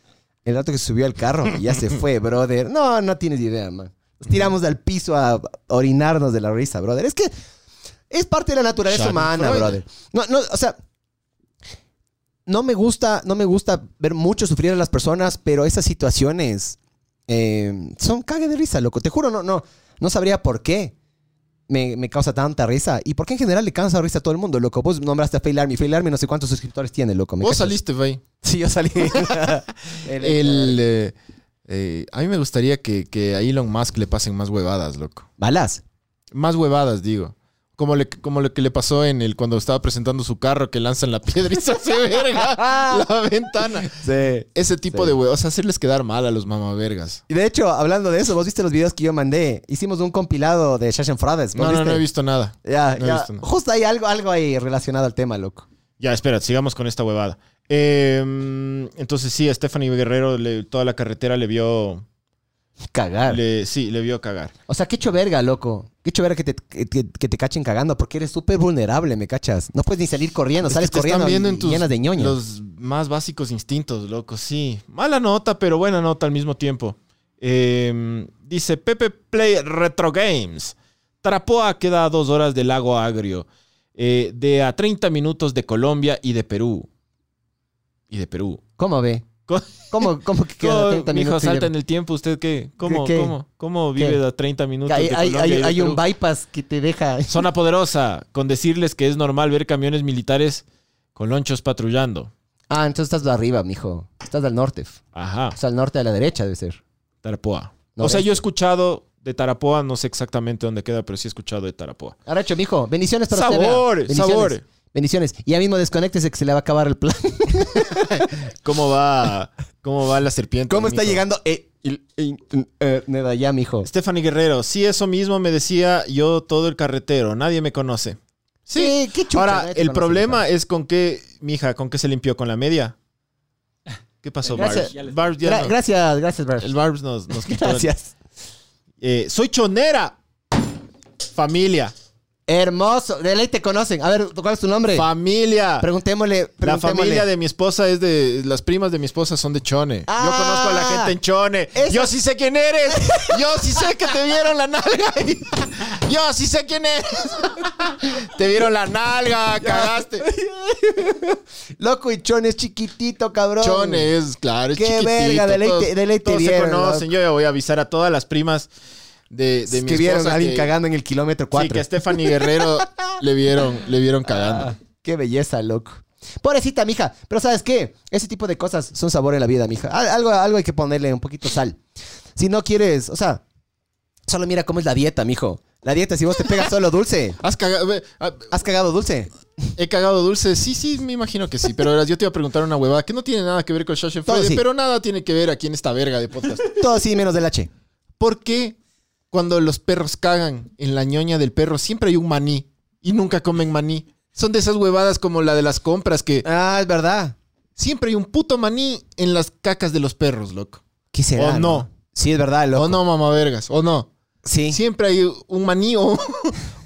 El rato que se subió al carro y ya se fue, brother. No, no tienes idea, man. Nos tiramos al piso a orinarnos de la risa, brother. Es que es parte de la naturaleza Schadenfreude. humana, brother. No, no, o sea. No me gusta, no me gusta ver mucho sufrir a las personas, pero esas situaciones eh, son cague de risa, loco. Te juro, no, no, no sabría por qué me, me causa tanta risa. ¿Y por qué en general le causa risa a todo el mundo, loco? Vos nombraste a Fail Army. Fail Army no sé cuántos suscriptores tiene, loco. ¿me Vos cachas? saliste, güey. Sí, yo salí. El- El... eh, eh, a mí me gustaría que, que a Elon Musk le pasen más huevadas, loco. Balas. Más huevadas, digo. Como, le, como lo que le pasó en el cuando estaba presentando su carro que lanzan la piedra y se hace verga la ventana. Sí. Ese tipo Sí. de huevos, o sea, hacerles quedar mal a los mamavergas. Y de hecho, hablando de eso, vos viste los videos que yo mandé. Hicimos un compilado de Shashan Frades. No, no, no he visto nada. Ya, no he ya. visto, no. Justo hay algo, algo ahí relacionado al tema, loco. Ya, espera, sigamos con esta huevada. Eh, entonces sí, a Stephanie Guerrero le- toda la carretera le vio, Cagar. le- sí, le vio cagar. O sea, qué hecho verga, loco. Qué hecho verga que te, que, que- que te cachen cagando porque eres súper vulnerable, ¿me cachas? No puedes ni salir corriendo. Es que Sales te corriendo y- en y llenas de ñoño. Los más básicos instintos, loco, sí. Mala nota, pero buena nota al mismo tiempo. Eh, dice Pepe Play Retro Games. Tarapoa queda a dos horas del lago Agrio, eh, de a 30 minutos de Colombia y de Perú. Y de Perú. ¿Cómo ve? Co- ¿Cómo, cómo que queda ¿Cómo, 30 mijo, minutos? y salta de- en el tiempo. ¿Usted qué? ¿Cómo, ¿Qué? cómo, cómo vive ¿Qué? a 30 minutos Hay, de hay- Colombia y hay- de hay un Perú? bypass que te deja. Zona poderosa, con decirles que es normal ver camiones militares con lonchos patrullando. Ah, entonces estás arriba, mijo. Estás al norte. Ajá, O sea, al norte a la derecha debe ser. Tarapoa. No, o sea, yo este. he escuchado de Tarapoa, no sé exactamente dónde queda, pero sí he escuchado de Tarapoa. Aracho, mijo, bendiciones para usted. vea. Sabor, Bendiciones. sabor. Bendiciones. Y ya mismo desconéctese que se le va a acabar el plan. ¿Cómo va, cómo E, va la serpiente? mijo? Eh, il- in- in- E, eh, Neda ya, mijo. Stephanie Guerrero, sí, eso mismo me decía yo todo el carretero, nadie me conoce. Sí, qué chucha, ahora nadie te el conoce, problema mijo. es con qué, mija, con qué se limpió, con la media. ¿Qué pasó, Barbs? Gracias. Barbs ya Gra- no- Gracias, gracias, Barsh. el Barbs nos, nos quitó el- Gracias. Eh, soy chonera. Familia. Hermoso. De ley te conocen. A ver, ¿cuál es tu nombre? Familia. Preguntémosle, La preguntémosle. familia de mi esposa es de. Las primas de mi esposa son de Chone. Yo Ah. conozco a la gente en Chone. Eso- Yo sí sé quién eres. Yo sí sé que te vieron la nalga. Yo sí sé quién eres. Te vieron la nalga, cagaste. Loco y Chon es chiquitito, cabrón. Chone es, claro, es Qué chiquitito. verga, de ley te- de ley te todos se vieron, conocen. Yo ya voy a avisar a todas las primas de, de mi que vieron esposa a alguien que- cagando en el kilómetro Sí, 4. que a Stephanie Guerrero le vieron, le vieron cagando. Qué belleza, loco. Pobrecita, mija. Pero ¿sabes qué? Ese tipo de cosas son sabor en la vida, mija. Al- Algo, algo hay que ponerle un poquito sal. Si no quieres, o sea, solo mira cómo es la dieta, mijo. La dieta, si vos te pegas solo dulce. Has cagado. ve, ah, ¿Has cagado dulce? He cagado dulce. Sí, sí, me imagino que sí. Pero verás, yo te iba a preguntar una huevada que no tiene nada que ver con Shosh and Todo Friday, sí. pero nada tiene que ver aquí en esta verga de podcast. Todo sí, menos del H. ¿Por qué cuando los perros cagan en la ñoña del perro siempre hay un maní y nunca comen maní? Son de esas huevadas como la de las compras que Ah, es verdad. siempre hay un puto maní en las cacas de los perros, loco. ¿Qué será? O no. Sí, es verdad, loco. O no, mamá vergas, o no. Sí. Siempre hay un maní o, o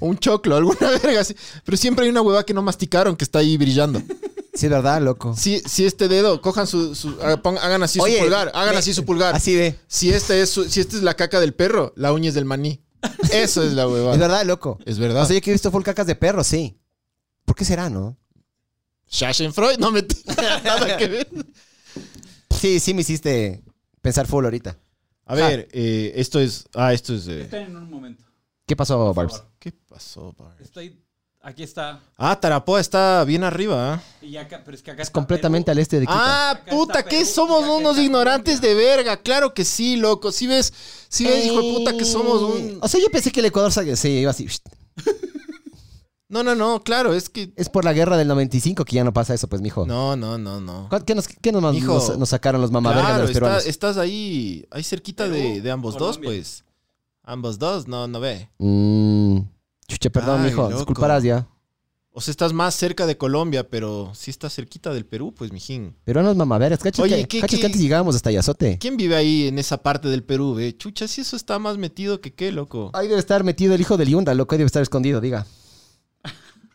un choclo, alguna verga. así. Pero siempre hay una huevada que no masticaron que está ahí brillando. Sí, es verdad, loco. Si, si este dedo, cojan su, su- haga- pon- hagan así Oye, su pulgar, hagan ve- así su pulgar. Así ve. Si esta es su- si esta es la caca del perro, la uña es del maní. Eso es la Es huevada. verdad, loco. Es O verdad. sea, yo que he visto full cacas de perro, sí. ¿Por qué será, no? Schadenfreude no me nada que ver. Sí, sí me hiciste pensar full ahorita. A ver, eh, esto es ah esto es eh, Esperen un momento. ¿Qué pasó, por Barbs? favor. ¿Qué pasó, Bar? Estoy. Aquí está. Ah, Tarapoa está bien arriba. ¿ah? Y acá, pero es que acá Es está completamente al Perú. este de Quito. Ah, está puta, Perú, que somos y acá unos está ignorantes de Colombia. verga. Claro que sí, loco. Si ves, si ves, hijo de puta, que somos un O sea, yo pensé que el Ecuador sa- sí, iba así. No, no, no, claro, es que Es por la guerra del 95 que ya no pasa eso, pues, mijo. no, no, no, no. ¿Cuál- ¿Qué nos, qué nos, Mijo. nos- nos sacaron los mamavergas de Claro, los peruanos? está- estás ahí, ahí cerquita de, Perú, de ambos dos, Colombia. pues. Ambos dos, no, no ve. Mm, chuche, perdón, Ay, mijo. loco. Disculparás ya. O sea, estás más cerca de Colombia, pero sí estás cerquita del Perú, pues, mijín. Peruanos mamavergas. Cachas, Oye, que, ¿qué- cachas que qué- antes llegábamos hasta Yazote. ¿Quién vive ahí en esa parte del Perú, ve? Chucha, si eso está más metido que qué, loco. Ahí debe estar metido el hijo del Yunda, loco. Ahí debe estar escondido, diga.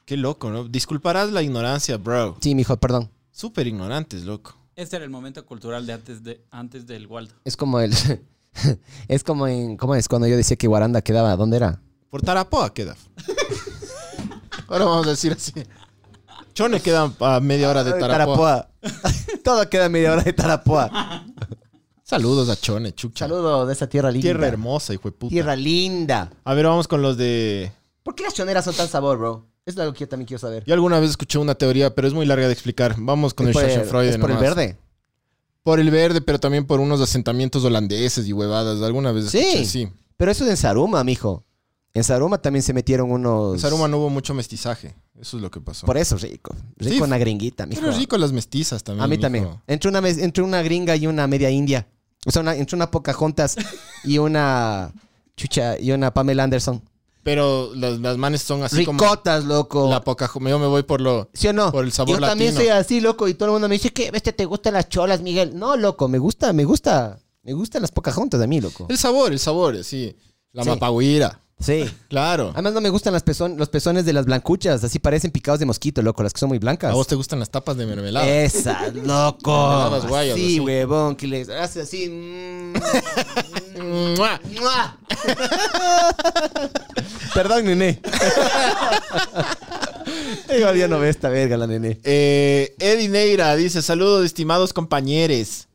Qué loco, ¿no? Disculparás la ignorancia, bro. Sí, mijo, perdón. Súper ignorantes, loco. Este era el momento cultural de antes, de, antes del Waldo. Es como el... es como en... ¿Cómo es? Cuando yo decía que Guaranda quedaba... ¿Dónde era? Por Tarapoa queda. Ahora vamos a decir así. Chone queda a media hora Ah, de Tarapoa. Todo queda media hora de Tarapoa. Saludos a Chone, chucha. Saludos de esa tierra linda. Tierra hermosa, hijo de puta. Tierra linda. A ver, vamos con los de. ¿Por qué las choneras son tan sabor, bro? Es algo que yo también quiero saber. Yo alguna vez escuché una teoría, pero es muy larga de explicar. Vamos con es el por, Schadenfreude es por el nomás. verde. Por el verde, pero también por unos asentamientos holandeses y huevadas. Alguna vez Sí. escuché, sí. Pero eso es en Saruma, mijo. En Saruma también se metieron unos... En Saruma no hubo mucho mestizaje. Eso es lo que pasó. Pues- Por eso, rico. Rico Sí. una gringuita, mijo. Pero rico las mestizas también. A mí mijo. también. Entre una, mes- entre una gringa y una media india. O sea, una- entre una Pocahontas y una... Chucha, y una Pamela Anderson. Pero las, las manes son así Ricotas, como. loco. La poca. Yo me voy por lo. ¿Sí o no? Por el sabor Yo también latino. soy así, loco, y todo el mundo me dice que, este, te gustan las cholas, Miguel. No, loco, me gusta, me gusta, me gustan las pocas juntas de mí, loco. El sabor, el sabor, sí. La Sí. mapagüira. Sí. Claro. Además no me gustan las pezon- los pezones de las blancuchas. Así parecen picados de mosquito, loco. Las que son muy blancas. A vos te gustan las tapas de mermelada. Eh. Esa, loco. Mermeladas guayas, sí, así. huevón, que les hace así. mm, ¡Mua! ¡mua! Perdón, nené. Igual ya no ve esta verga la nené. Eh, Eddie Neira dice: Saludos, estimados compañeros.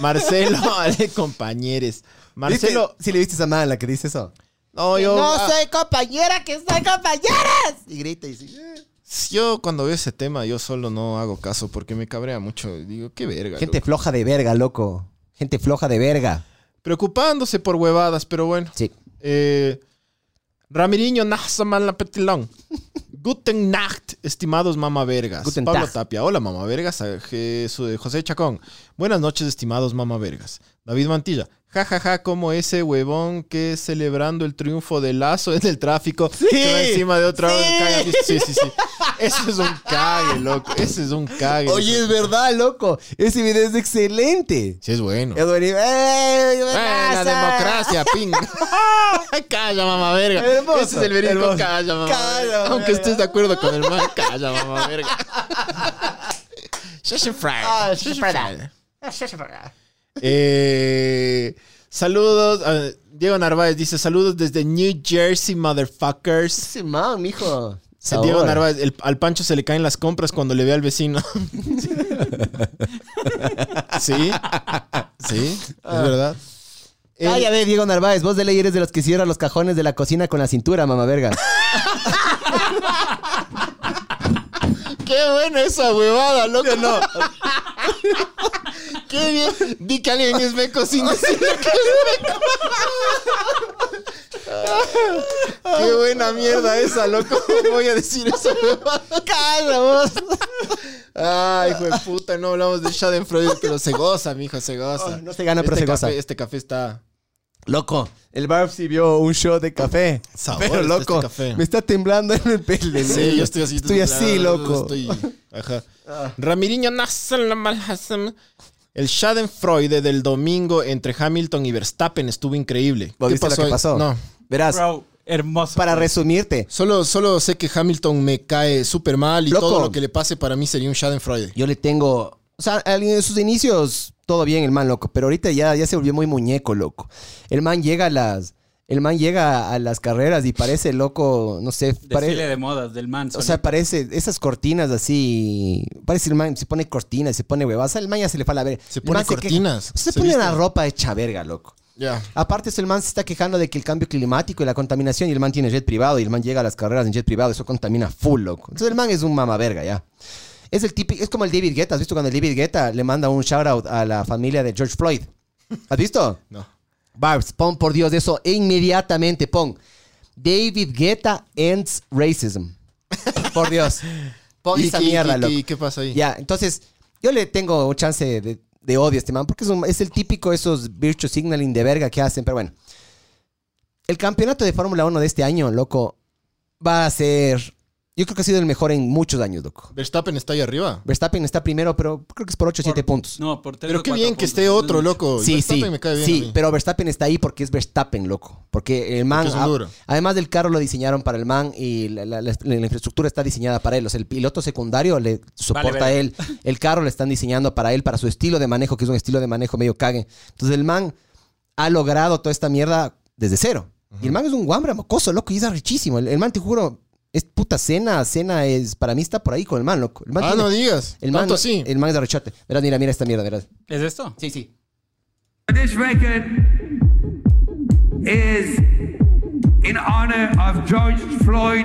Marcelo, ale, compañeros. Marcelo, Marcelo, si le viste esa mala que dice eso. no, yo, ah, compañera, que soy compañeras. Y grita y "Eh". sí. yo cuando veo ese tema, yo solo no hago caso porque me cabrea mucho. Digo, qué verga. Gente loco". floja de verga, loco. Gente floja de verga. Preocupándose por huevadas, pero bueno. Sí. Eh, Ramiriño la Petilón. Guten Nacht, estimados mamavergas. Guten Pablo Tag. Tapia. Hola, mamavergas. A Jesús- eh, José Chacón. Buenas noches, estimados mamavergas. David Mantilla. Ja, ja, ja, como ese huevón que celebrando el triunfo de Lazo en el tráfico. que va encima de otra. caga- Sí, sí, sí. Ese es un cague, loco. Ese es un cague. Oye, es verdad, loco. Ese video es excelente. Sí, es bueno. Es buenísimo. ¡Ey, Eh, la buenaza! democracia, ping. calla, mamá verga. Hermoso, Ese es el verídico hermoso. calla, mamá. Calla, verga. mamá Aunque verga. estés de acuerdo con el man, calla, mamá verga. Shushin Fry. Ah, Shushin Fry. Eh, saludos. eh, Diego Narváez dice: Saludos desde New Jersey, motherfuckers. Sí, man, mijo. Diego Ahora. Narváez, el- al Pancho se le caen las compras cuando le ve al vecino. sí, sí, es verdad. El- Ah, ya ve, Diego Narváez, vos de ley eres de los que cierra los cajones de la cocina con la cintura, mamá verga. Qué buena esa huevada, loco. No. Qué bien. Di que alguien es meco sin decirle que es meco. Qué buena mierda esa, loco. Voy a decir esa huevada. Calla vos. Ay, hijo de puta, no hablamos de Schadenfreude, pero se goza, mijo, se goza. Oh, no se gana, pero Este se goza. café- Este café está... Loco, el bar sí vio un shot de café. Sabor pero está loco, este café. me está temblando en el pelo. Sí, yo estoy así. Estoy así, loco. Ah. Estoy. Ajá. Ramiriño Nassan, la malhasam. El Schadenfreude del domingo entre Hamilton y Verstappen estuvo increíble. ¿Vos viste lo que ahí? pasó? No. Verás, Bro, hermoso. para resumirte, Solo, solo sé que Hamilton me cae súper mal y Loco. todo lo que le pase para mí sería un Schadenfreude. yo le tengo. O sea, al- en sus inicios, todo bien, el man, loco. Pero ahorita ya, ya se volvió muy muñeco, loco. El man llega a las. El man lega a las carreras y parece loco, no sé, Desfile parece. de modas del man. O sea, parece esas cortinas así. Parece el man, se pone cortinas, se pone huevas. El man ya se le fue a la verga. Se El pone man queja. cortinas, Se, se pone la viste. ropa hecha verga, loco. Ya. Aparte, eso, el man se está quejando de que el cambio climático y la contaminación, y el man tiene jet privado, y el man llega a las carreras en jet privado, eso contamina full, loco. Entonces, el man es un mama verga, ya. Es el típico, es como el David Guetta, ¿has visto cuando el David Guetta le manda un shout out a la familia de George Floyd? ¿Has visto? No. Barbs, pon por Dios eso e inmediatamente, pon. David Guetta ends racism. Por Dios. Pon ¿Y esa qué- mierda, qué- loco. qué- qué pasa ahí? Ya, entonces, yo le tengo chance de, de odio a este man, porque es, un- es el típico esos virtue signaling de verga que hacen, pero bueno. El campeonato de Fórmula 1 de este año, loco, va a ser. Yo creo que ha sido el mejor en muchos años, loco. Verstappen está ahí arriba. Verstappen está primero, pero creo que es por 8 o 7 puntos. No, por tres Pero o qué cuatro bien que puntos. esté otro, loco. Sí, Verstappen sí. me cae bien. a sí, mí. pero Verstappen está ahí porque es Verstappen, loco. Porque el man. Porque es un a- duro. además del carro lo diseñaron para el man y la, la- la- la infraestructura está diseñada para él. O sea, el piloto secundario le soporta verga. a él. El carro le están diseñando para él, para su estilo de manejo, que es un estilo de manejo medio cague. Entonces el man ha logrado toda esta mierda desde cero. Y el man es un guambra mocoso, loco, y es richísimo. El, el man, te juro, es puta cena. Cena es, para mí está por ahí con el man, loco. El man, Ah, tiene- no digas. el man, Tanto así. el man es de rechote. Verás, mira, mira esta mierda, verás. ¿Es esto? Sí, sí. This record is in honor of George Floyd.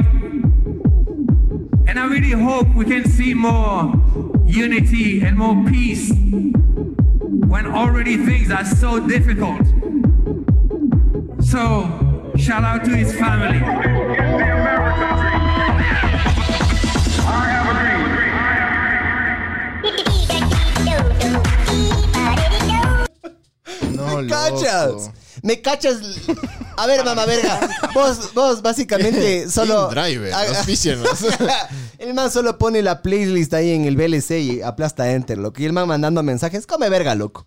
And I really hope we can see more unity and more peace when already things are so difficult. So, shout out to his family. No, ¡Me loco. cachas! ¡Me cachas! A ver, mamá verga. Vos, vos básicamente solo. Team Driver, Ah, ah. auspícianos. El man solo pone la playlist ahí en el VLC y aplasta enter, loco. Y el man mandando mensajes, come verga, loco.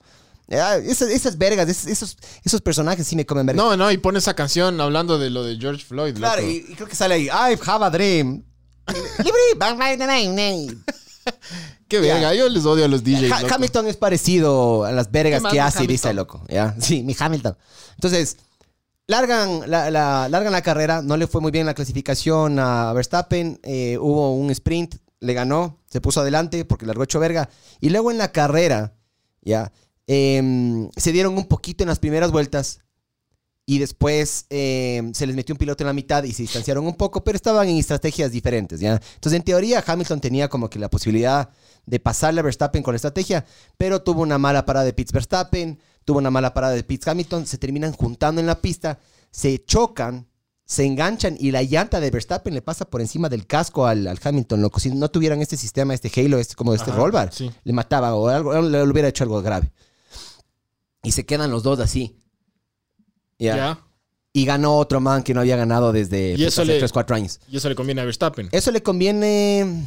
Ah, esas, esas vergas, es- esos, esos personajes sí me comen verga. No, no, y pone esa canción hablando de lo de George Floyd. claro, loco. y, y creo que sale ahí. I have a dream. Qué Ya. verga, yo les odio a los DJs. Ha- loco. Hamilton es parecido a las vergas ¿Qué más que mi hace, dice el Hamilton? loco. ¿ya? Sí, mi Hamilton. Entonces, largan la, la- largan la carrera, no le fue muy bien la clasificación a Verstappen, eh, hubo un sprint, le ganó, se puso adelante porque largó hecho verga. Y luego en la carrera, ya, em, se dieron un poquito en las primeras vueltas. Y después em, se les metió un piloto en la mitad y se distanciaron un poco, pero estaban en estrategias diferentes, ¿ya? Entonces, en teoría, Hamilton tenía como que la posibilidad de pasarle a Verstappen con la estrategia, pero tuvo una mala parada de Pitts Verstappen, tuvo una mala parada de Pitts Hamilton, se terminan juntando en la pista, se chocan, se enganchan y la llanta de Verstappen le pasa por encima del casco al, al Hamilton, loco. Si no tuvieran este sistema, este Halo, este como este Ajá, rollbar, sí. le mataba o algo, le hubiera hecho algo grave. Y se quedan los dos así. Ya. Ya. Y ganó otro man que no había ganado Y desde puta, eso hace le- 3, 4 años. Y eso le conviene a Verstappen. Eso le conviene.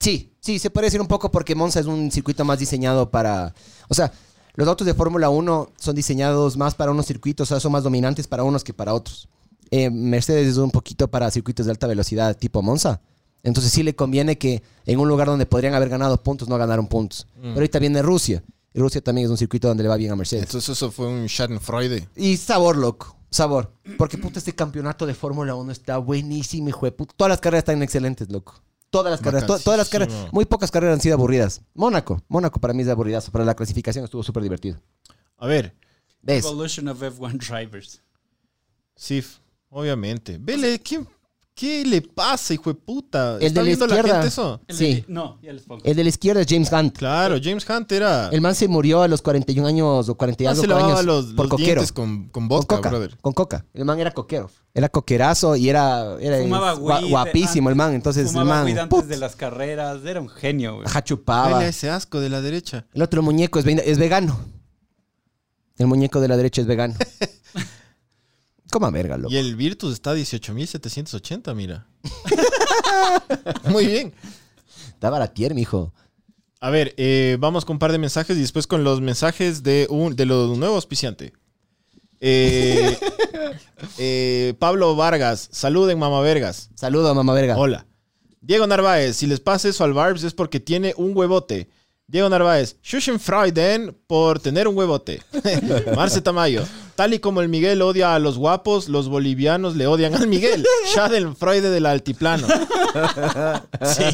Sí, sí, se puede decir un poco porque Monza es un circuito más diseñado para. O sea, los autos de Fórmula 1 son diseñados más para unos circuitos, o sea, son más dominantes para unos que para otros. Eh, Mercedes es un poquito para circuitos de alta velocidad tipo Monza. Entonces sí le conviene que en un lugar donde podrían haber ganado puntos no ganaron puntos. Pero ahorita viene Rusia. Y Rusia también es un circuito donde le va bien a Mercedes. Entonces eso fue un Schadenfreude. Y sabor, loco. Sabor. Porque puta, este campeonato de Fórmula 1 está buenísimo, hijo de puta. Todas las carreras están excelentes, loco. Todas las carreras, to- todas las carreras, Bacanísimo. muy pocas carreras han sido aburridas. Mónaco, Mónaco para mí es de aburridazo, pero la clasificación estuvo súper divertido. A ver, ¿Ves? Evolution of F1 Drivers. Sif, obviamente. Vele, ¿qué, qué le pasa, hijo de puta? El de la izquierda. eso? El Sí. de- no, ya les pongo. El de la izquierda es James Hunt. Claro, James Hunt era... El man se murió a los 41 años o 40 y Ah, algo se lavaba años los, por los coquero. dientes con, con Con vodka, coca, brother. con coca. El man era coquero. Era coquerazo y era, era Fumaba gua- weed guapísimo el man. Entonces el Fumaba man weed antes put, de las carreras. Era un genio, güey. ajá, chupaba. Vele a ese asco de la derecha. El otro muñeco es, ve- es vegano. El muñeco de la derecha es vegano. Coma verga, loco. Y el Virtus está a 18.780, mira. Muy bien. Está baratier, mijo. A ver, eh, vamos con un par de mensajes y después con los mensajes de un de lo nuevo auspiciante. Eh, eh, Pablo Vargas, saluden mamavergas. Saludo, mamá verga. Hola. Diego Narváez, si les pasa eso al Barbs es porque tiene un huevote. Diego Narváez, Shushin Freuden por tener un huevote. Marce Tamayo, tal y como el Miguel odia a los guapos, los bolivianos le odian al Miguel. Schaden Freude del altiplano. Sí.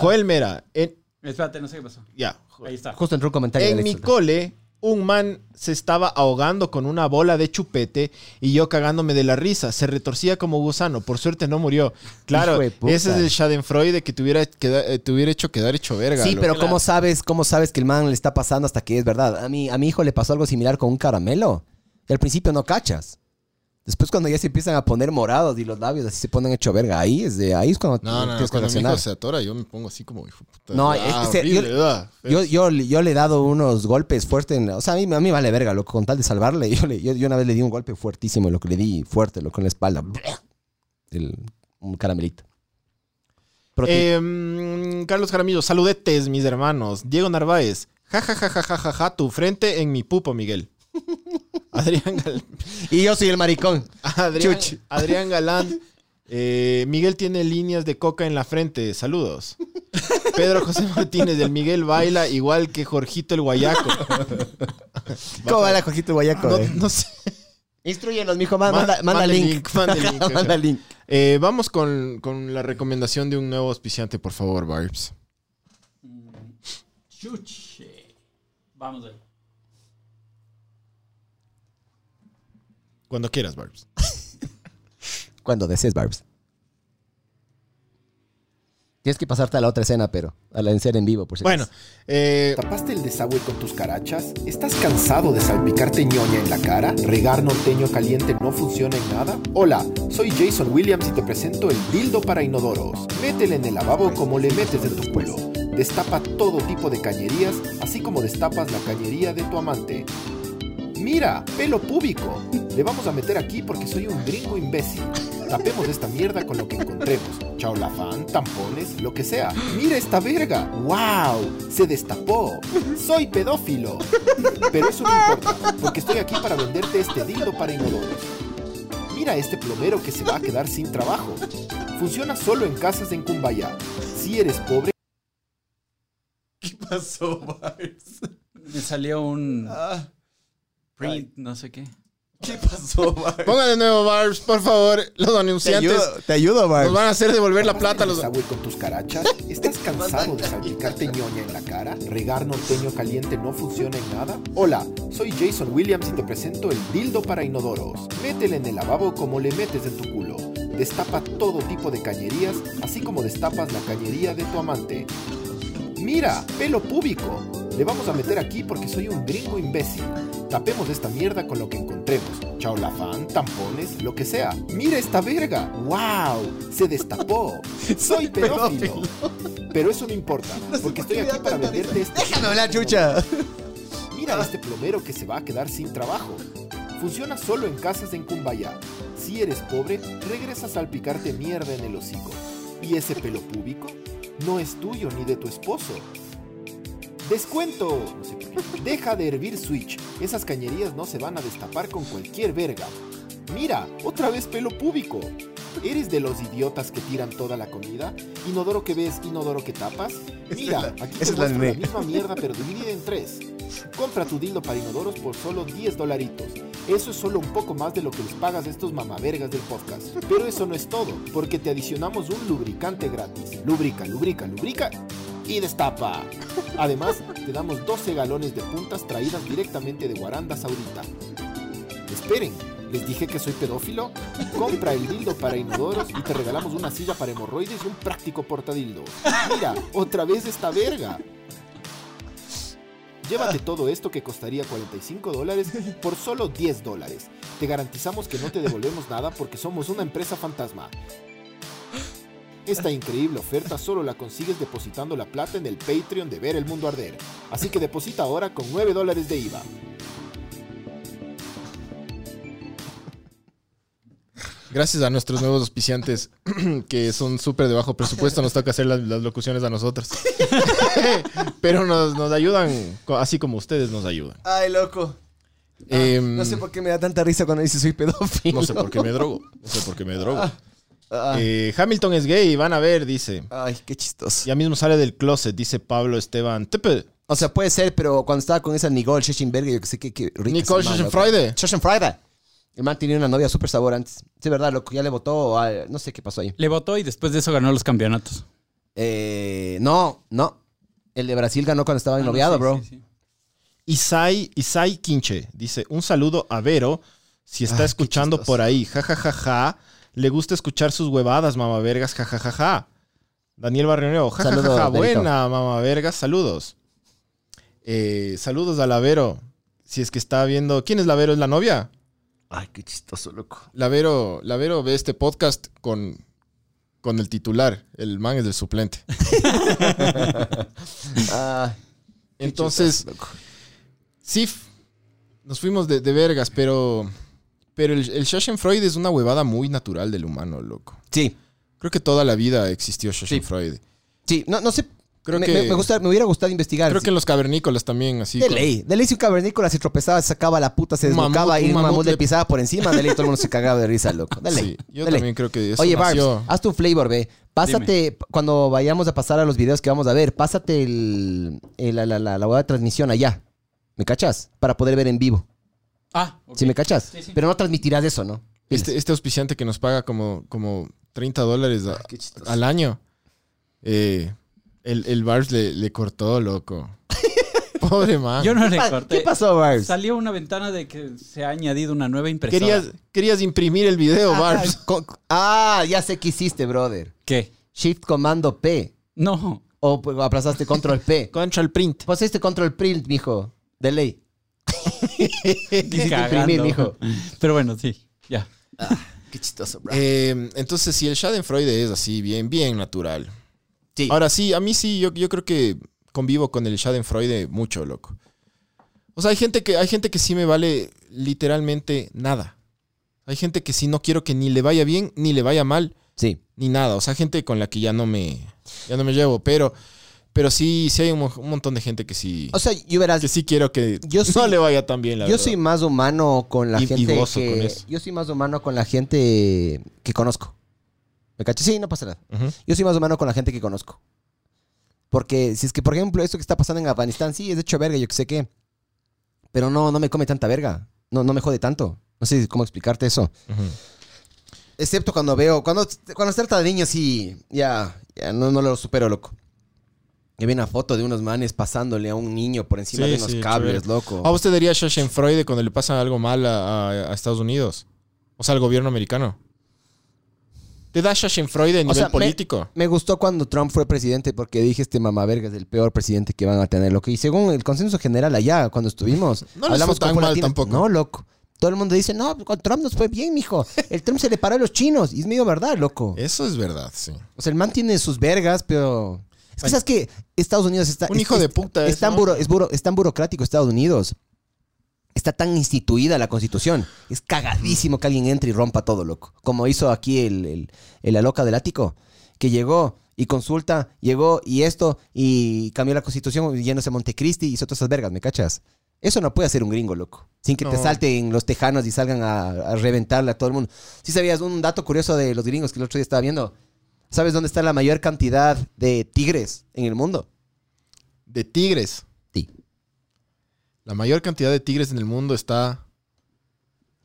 Joel Mera, en- Espérate, no sé qué pasó. ya. Ahí está. Justo entró un comentario. En de mi Alex. cole, un man se estaba ahogando con una bola de chupete y yo cagándome de la risa. Se retorcía como gusano. Por suerte no murió. Claro, Hijo de puta. ese es el Schadenfreude que te hubiera, queda- eh, te hubiera hecho quedar hecho verga. sí, loco. pero ¿cómo sabes, ¿cómo sabes que el man le está pasando hasta que es verdad? A mi, a mi hijo le pasó algo similar con un caramelo. Y al principio no cachas. Después cuando ya se empiezan a poner morados y los labios así se ponen hecho verga. Ahí es, de, ahí es cuando No, no, no, tienes que cuando mi reaccionar. hijo se atora yo me pongo así como hijo de puta. No, Ah, es que se- horrible, yo- ¿verdad? Yo, yo, yo le he dado unos golpes fuertes. en la- o sea, a mí, a mí vale verga, loco, con tal de salvarle. Yo, le- yo, yo una vez le di un golpe fuertísimo, lo que le di fuerte, loco, en la espalda. El- un caramelito. Pero te- Eh, mm, Carlos Jaramillo, saludetes, mis hermanos. Diego Narváez, ja, ja, ja, ja, ja, ja, ja, tu frente en mi pupo, Miguel. Adrián, Gal- y yo soy el maricón. Adrián, Chuch. Adrián Galán. eh, Miguel tiene líneas de coca en la frente. Saludos. Pedro José Martínez, el Miguel baila igual que Jorgito el Guayaco. ¿Cómo va la cojita guayaco? No, eh? no sé. Instruyenos, mijo. ma- Manda, Ma- manda manda link. link, manda link. Manda link. Eh, vamos con, con la recomendación de un nuevo auspiciante, por favor, Barbs. Chuche. Vamos ahí. Cuando quieras, Barbs. Cuando desees, Barbs. Tienes que pasarte a la otra escena, pero a la escena en vivo, por si Bueno, acaso. eh, ¿Tapaste el desagüe con tus carachas? ¿Estás cansado de salpicarte ñoña en la cara? ¿Regar norteño caliente no funciona en nada? Hola, soy Jason Williams y te presento el dildo para inodoros. Métele en el lavabo como le metes en tu culo. Destapa todo tipo de cañerías, así como destapas la cañería de tu amante. Mira, pelo púbico. Le vamos a meter aquí porque soy un gringo imbécil. Tapemos esta mierda con lo que encontremos. Chaolafán, tampones, lo que sea. ¡Mira esta verga! ¡Wow! Se destapó. ¡Soy pedófilo! Pero eso no importa, porque estoy aquí para venderte este dildo para inodoros. Mira este plomero que se va a quedar sin trabajo. Funciona solo en casas en Cumbaya. Si eres pobre, ¿Qué pasó, Bars? Me salió un Ah, print, no sé qué. ¿Qué pasó, Bars? Pongan de nuevo Barbs, por favor, los Te anunciantes. ayudo, te ayudo, Bars. Nos van a hacer devolver la plata. plata a Los... con tus carachas? ¿Estás cansado de salpicarte ñoña en la cara? ¿Regar norteño caliente no funciona en nada? Hola, soy Jason Williams y te presento el dildo para inodoros. Métele en el lavabo como le metes en tu culo. Destapa todo tipo de cañerías, así como destapas la cañería de tu amante. Mira, pelo púbico. Le vamos a meter aquí porque soy un gringo imbécil. Tapemos esta mierda con lo que encontremos. Chaolafán, tampones, lo que sea. Mira esta verga. ¡Wow! Se destapó. Soy pedófilo. Pero eso no importa, porque estoy aquí para venderte este... Déjame hablar, chucha. Mira este plomero que se va a quedar sin trabajo. Funciona solo en casas en Cumbaya. Si eres pobre, regresas al picarte mierda en el hocico. ¿Y ese pelo púbico? No es tuyo ni de tu esposo. ¡Descuento! No sé por qué. Deja de hervir Switch. Esas cañerías no se van a destapar con cualquier verga. Mira, otra vez pelo púbico. ¿Eres de los idiotas que tiran toda la comida? ¿Inodoro que ves, inodoro que tapas? Mira, aquí te esa es la muestro la mía. misma mierda pero dividida en tres. Compra tu dildo para inodoros por solo 10 dolaritos. Eso es solo un poco más de lo que les pagas a estos mamavergas del podcast. Pero eso no es todo, porque te adicionamos un lubricante gratis. Lubrica, lubrica, lubrica y destapa. Además, te damos 12 galones de puntas traídas directamente de Guaranda Saudita. Esperen, les dije que soy pedófilo. Compra el dildo para inodoros y te regalamos una silla para hemorroides y un práctico portadildo. Mira, otra vez esta verga. Llévate todo esto que costaría 45 dólares por solo 10 dólares. Te garantizamos que no te devolvemos nada porque somos una empresa fantasma. Esta increíble oferta solo la consigues depositando la plata en el Patreon de Ver el Mundo Arder. Así que deposita ahora con 9 dólares de IVA. Gracias a nuestros nuevos auspiciantes que son súper de bajo presupuesto, nos toca hacer las, las locuciones a nosotros. Pero nos, nos ayudan, co- así como ustedes nos ayudan. Ay, loco. Em, No sé por qué me da tanta risa cuando dice soy pedófilo. no sé por qué me drogo. No sé por qué me drogo. Ah, Eh, Hamilton es gay, van a ver, dice. Ay, qué chistoso. Ya mismo sale del closet, dice Pablo Esteban. Tepe. O sea, puede ser, pero cuando estaba con esa Nicole Schechenberger, yo que sé que, que rica Nicole esa man, loco. Schechenfreude. Schechenfreude. El man tenía una novia súper sabor antes. Sí, verdad, loco. Ya le votó. a- no sé qué pasó ahí. Le votó y después de eso ganó los campeonatos. Eh, no, no. El de Brasil ganó cuando estaba Ah, no, noviado, sí, bro. sí, sí. Isai, Isai Quinche dice: Un saludo a Vero si está Ah, qué escuchando chistoso. por ahí. Ja, ja, ja, ja. Le gusta escuchar sus huevadas, mamavergas. Ja, ja, ja, ja. Daniel Barrioneo. Ja, ja, ja, Saludos, ja. Verito. Buena, mamavergas. Saludos. Eh, saludos a la Vero. Si es que está viendo. ¿Quién es la Vero? ¿Es la novia? Ay, qué chistoso, loco. La Vero, la Vero ve este podcast con, con el titular. El man es el suplente. Ah, Entonces, loco. sí, f- nos fuimos de, de vergas, pero, pero el, el Schadenfreude es una huevada muy natural del humano, loco. sí, Creo que toda la vida existió Schadenfreude. sí. No, no sé. Creo me, que- me- me gusta, me hubiera gustado investigar. Creo que en los cavernícolas también, así. De con- ley. De ley, si un cavernícola se tropezaba, sacaba la puta, se Un mamut- desbocaba y un un mamut mamut le le- pisaba por encima. De ley, todo el mundo se cagaba de risa, loco. De ley. Sí, yo de ley. también creo que eso Oye, Barbs, ah, nació. haz tu flavor, ve. Pásate, p- cuando vayamos a pasar a los videos que vamos a ver, pásate el, el- la, la, la, la hueá de transmisión allá. ¿Me cachas? Para poder ver en vivo. Ah, ok. ¿Sí me cachas? Sí, sí. Pero no transmitirás eso, ¿no? este, este auspiciante que nos paga como, como 30 dólares a- Qué chistoso. al año. eh, el, el Barbs le, le cortó, loco. Pobre man. Yo no le Ah, corté. ¿Qué pasó, Barbs? Salió una ventana de que se ha añadido una nueva impresora. querías, querías imprimir el video, Barbs. Co- Ah, ya sé qué hiciste, brother. ¿Qué? Shift comando P. No. O pues, aplazaste control P. Control print. Pusiste control print, mijo. De ley. Cagando. imprimir, mijo. Pero bueno, sí. Ya. Qué chistoso, bro. Eh, entonces, si el Schadenfreude es así, bien, bien natural. Sí. Ahora sí, a mí sí, yo, yo creo que convivo con el Schadenfreude mucho, loco. O sea, hay gente que, hay gente que sí me vale literalmente nada. Hay gente que sí no quiero que ni le vaya bien, ni le vaya mal, Sí. ni nada. O sea, gente con la que ya no me, ya no me llevo. Pero, pero sí, sí hay un, mo- un montón de gente que sí. O sea, yo verás, que sí quiero que yo no soy- le vaya tan bien, la yo verdad. soy más humano con la Y- y gente gozo que- con eso. yo soy más humano con la gente que conozco. ¿Me cachas? Sí, no pasa nada. Ujú. Yo soy más humano con la gente que conozco. Porque si es que, por ejemplo, esto que está pasando en Afganistán, sí, es de hecho verga, yo que sé qué. Pero no, no me come tanta verga. No, no me jode tanto. No sé cómo explicarte eso. Ujú. Excepto cuando veo, cuando, cuando se trata de niños, sí, ya, ya no, no lo supero, loco. Que vi una foto de unos manes pasándole a un niño por encima Sí, de unos sí, cables, chévere. loco. ¿A Ah, usted diría Schadenfreude cuando le pasa algo mal a, a- a Estados Unidos? O sea, al gobierno americano. ¿Te da Schadenfreude a nivel sea, me- político? Me gustó cuando Trump fue presidente porque dije este mamaverga es el peor presidente que van a tener, loco. Y según el consenso general allá, cuando estuvimos, No les fue tan con mal latinos. tampoco. No, loco. Todo el mundo dice, no, con Trump nos fue bien, mijo. El Trump se le paró a los chinos. Y es medio verdad, loco. Eso es verdad, sí. O sea, el man tiene sus vergas, pero... Es que, Ay. ¿sabes qué? Estados Unidos está... Un es- hijo es- de puta Es es, tan, ¿no? buro- es buro- es tan burocrático Estados Unidos. Está tan instituida la Constitución. Es cagadísimo que alguien entre y rompa todo, loco. Como hizo aquí el, el- el la loca del ático, que llegó y consulta, llegó y esto, y cambió la Constitución yéndose a Montecristi, hizo todas esas vergas, ¿me cachas? Eso no puede hacer un gringo, loco. Sin que te No. salten los tejanos y salgan a, a reventarle a todo el mundo. Si sabías un dato curioso de los gringos que el otro día estaba viendo. ¿Sabes dónde está la mayor cantidad de tigres en el mundo? De tigres. Sí. La mayor cantidad de tigres en el mundo está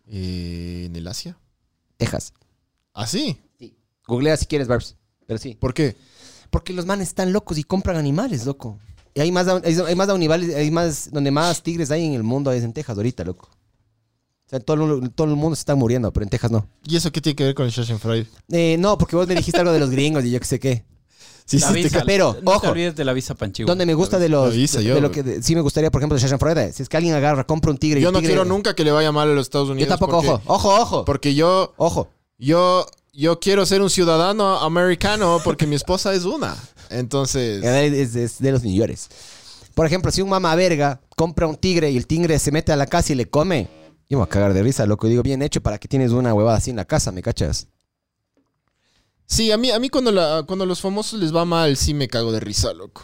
eh, en el Asia. Texas. ¿Ah, sí? Googlea si quieres, Barbs. Pero sí. ¿Por qué? Porque los manes están locos y compran animales, loco. Y hay más, da- hay, hay más animales, hay más, donde más tigres hay en el mundo es en Texas ahorita, loco. O sea, todo, el- todo el mundo se está muriendo, pero en Texas no. ¿Y eso qué tiene que ver con el Schadenfreude? Eh, no, porque vos me dijiste algo de los gringos y yo qué sé qué. Sí, La sí, te visa, ca- este pero, no ojo. te olvides de la visa Panchigua. Donde me gusta de Lo los... hice de, yo, de lo güey. que de- sí me gustaría, por ejemplo, de Freud. Si es que alguien agarra, compra un tigre y Yo el no tigre- quiero nunca que le vaya mal a los Estados Yo Unidos. tampoco, porque- ojo, ojo, ojo. Porque yo, Ojo. yo, yo quiero ser un ciudadano americano porque mi esposa es una. Entonces... A ver, Es, es de los millones. Por ejemplo, si un mamá verga compra un tigre y el tigre se mete a la casa y le come, yo me voy a cagar de risa, loco. Y digo, bien hecho, ¿para qué tienes una huevada así en la casa, me cachas? Sí, a mí, a mí cuando, la, cuando a los famosos les va mal, sí me cago de risa, loco.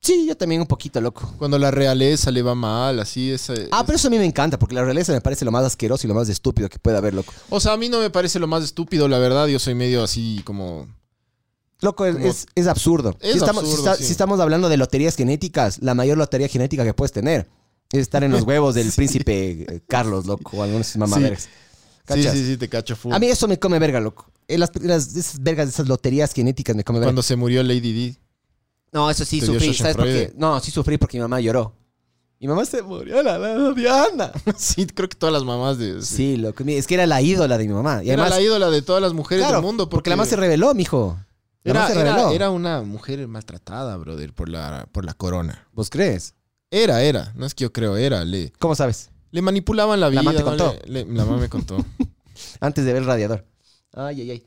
Sí, yo también un poquito, loco. Cuando la realeza le va mal, así es. eh, Ah, pero eso a mí me encanta, porque la realeza me parece lo más asqueroso y lo más estúpido que puede haber, loco. O sea, a mí no me parece lo más estúpido, la verdad. Yo soy medio así como. Loco, es, Como- es- es absurdo. Es si, estamos, si absurdo, está- sí. si estamos hablando de loterías genéticas, la mayor lotería genética que puedes tener es estar en los huevos del príncipe eh, Carlos, loco, o algunos mamavergas. Sí, ¿Cachas? sí, sí, te cacho full. A mí eso me come verga, loco. Eh, Las, las- esas vergas, esas loterías genéticas me come verga. Cuando se murió Lady D. No, eso sí Te dio sufrí. Schadenfreude. ¿Sabes por qué? No, sí sufrí porque mi mamá lloró. Mi mamá se murió, la, la, la Diana. sí, creo que todas las mamás de. Sí, loco. mi- Es que era la ídola de mi mamá. Y Era además, la ídola de todas las mujeres claro, del mundo. porque la mamá se rebeló, mijo. La era, mamá se era- rebeló. era una mujer maltratada, brother, por la, por la corona. ¿Vos crees? Era, era. No es que yo creo, era. Le, ¿Cómo sabes? le manipulaban la vida. La mamá te ¿no? contó. Le- le- la mamá me contó. Antes de ver el radiador. Ay, ay, ay.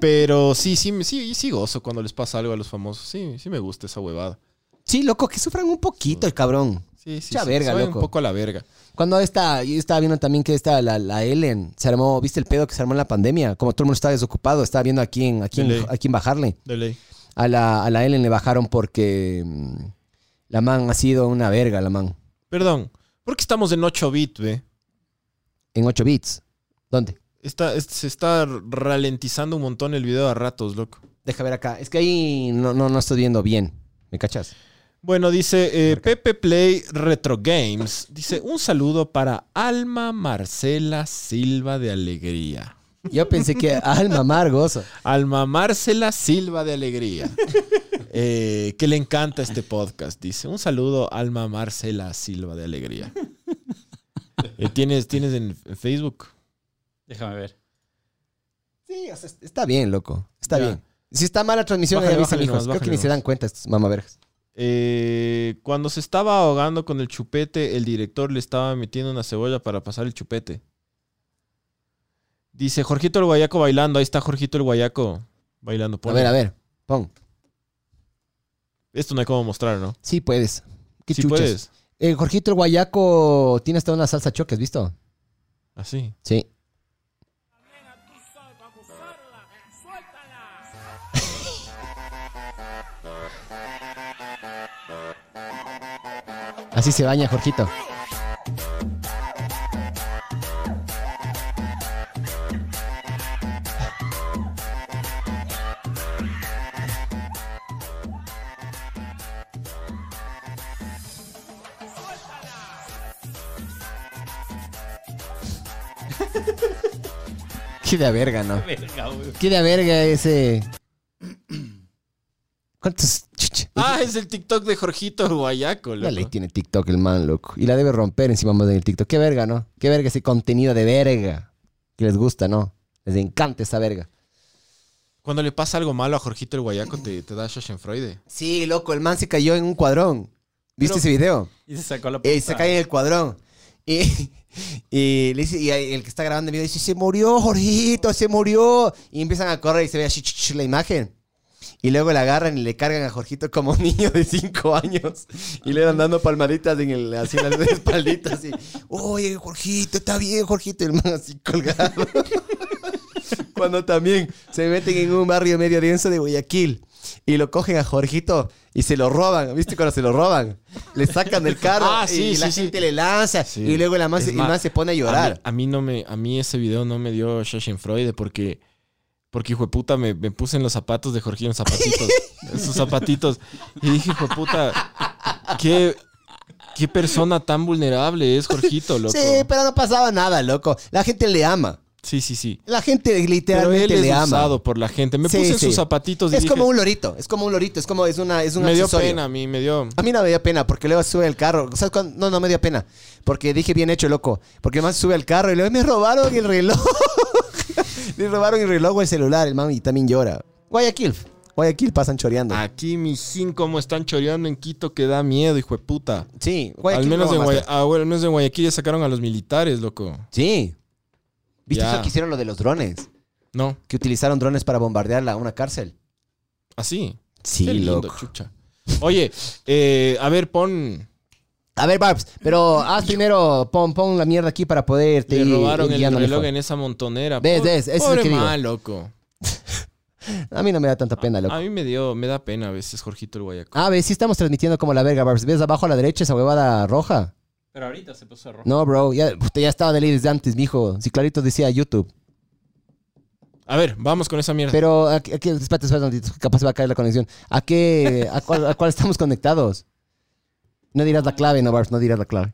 Pero sí, sí, me- sí, sí gozo cuando les pasa algo a los famosos. Sí, sí me gusta esa huevada. Sí, loco, que sufran un poquito el cabrón. Sí, sí. Mucha sí, verga, se vayan loco. un poco a la verga. Cuando está, yo estaba viendo también que está la, la Ellen, se armó, ¿viste el pedo que se armó en la pandemia? Como todo el mundo estaba desocupado, estaba viendo a quién, a quién, Dele. a quién bajarle. De ley. A la, a la Ellen le bajaron porque mm, la man ha sido una verga, la man. Perdón, ¿por qué estamos en 8 bit, ve? En 8 bits. ¿Dónde? Está, es- se está ralentizando un montón el video a ratos, loco. Deja ver acá. Es que ahí no, no, no estoy viendo bien. ¿Me cachas? Bueno, dice eh, Pepe Play Retro Games. Dice, un saludo para Alma Marcela Silva de Alegría. Yo pensé que alma mar gozo. Alma Marcela Silva de Alegría. Eh, que le encanta este podcast, dice. Un saludo, Alma Marcela Silva de Alegría. Eh, ¿tienes, ¿Tienes en Facebook? Déjame ver. Sí, o sea, está bien, loco. Está Ya. bien. Si está mala transmisión, Bájale, ya avisen, bájale mijos. nomás, Creo que bájale ni se nomás. dan cuenta estos mamavergas. Eh, cuando se estaba ahogando con el chupete, el director le estaba metiendo una cebolla para pasar el chupete. Dice Jorgito el Guayaco bailando. Ahí está Jorgito el Guayaco bailando. A Ponlo. ver, a ver. Pon. Esto no hay cómo mostrar, ¿no? Sí puedes. Qué Sí chuchas. puedes. Eh, Jorgito el Guayaco tiene hasta una salsa choque, ¿has visto? Así. Sí. Así se baña, Jorgito. Qué de verga, ¿no? Verga, güey. Qué de verga ese. ¿Cuántos? chucha? Ah, es el TikTok de Jorgito Guayaco, La ley loco. tiene TikTok el man, loco. Y la debe romper encima más en el TikTok. Qué verga, ¿no? Qué verga ese contenido de verga. Que les gusta, ¿no? Les encanta esa verga. Cuando le pasa algo malo a Jorgito el Guayaco, te, te da Schadenfreude. Sí, loco, el man se cayó en un cuadrón. ¿Viste Pero- ese video? Y se sacó la Y se puta. cae en el cuadrón. Y, y le dice, y el que está grabando el video dice, se murió, Jorgito, se murió. Y empiezan a correr y se ve así ch, ch, ch, la imagen. Y luego la agarran y le cargan a Jorgito como un niño de 5 años. Y le van dando palmaditas en el, así en las espalditas. Así, oye, Jorgito, está bien, Jorgito. Y el man así colgado. Cuando también se meten en un barrio medio denso de Guayaquil. Y lo cogen a Jorgito y se lo roban. ¿Viste cuando se lo roban? Le sacan del carro Ah, sí, y la sí, sí. gente le lanza. Sí. Y luego la man, Es se- el más, man se pone a A mí, llorar. a mí no me, a mí ese video no me dio Schadenfreude porque, porque hijo de puta, me, me puse en los zapatos de Jorgito, en zapatitos, en sus zapatitos. Y dije, hijo de puta, qué, qué persona tan vulnerable es Jorgito, loco. Sí, pero no pasaba nada, loco. La gente le ama. Sí, sí, sí. La gente Pero literalmente él es le ama. usado por la gente. Me Sí, puse en sí. sus zapatitos y Es dije, como un lorito, es como un lorito, es como es una es un me dio accesorio. pena a mí, me dio... A mí no me dio pena porque luego sube al carro. ¿Sabes cuándo? No, no me dio pena. Porque dije bien hecho, loco. Porque más sube al carro y luego me robaron el reloj. me robaron el reloj o el celular. El mami también llora. Guayaquil. Guayaquil pasan choreando. Aquí mis cinco como están choreando en Quito que da miedo, hijo de puta. sí, Al menos, roba en más Guaya- plata. ah, bueno, al menos en Guayaquil ya sacaron a los militares, loco. Sí. ¿Viste Ya. eso que hicieron lo de los drones? No, Que utilizaron drones para bombardear la- una cárcel. así. Sí, Qué lindo, chucha. Oye, eh, a ver, pon. A ver, Barbs, pero haz primero, pon, pon la mierda aquí para poder Le robaron el guiando reloj mejor. en esa montonera. Ves, Po- ves, eso es lo pobre que digo. man, loco. A mí no me da tanta pena, loco. A mí me dio, me da pena a veces, Jorgito el Guayaco. A ver, sí estamos transmitiendo como la verga, Barbs. ¿Ves abajo a la derecha esa huevada roja? Pero ahorita se puso rojo. No, bro. Ya, usted ya estaba de ley desde antes, mijo. Si clarito decía YouTube. A ver, vamos con esa mierda. Pero, ¿a qué- a qué- espérate, espérate, un ratito, capaz se va a caer la conexión. ¿A qué, a cuál, a cuál estamos conectados? No dirás la clave, no, Barbs, no dirás la clave.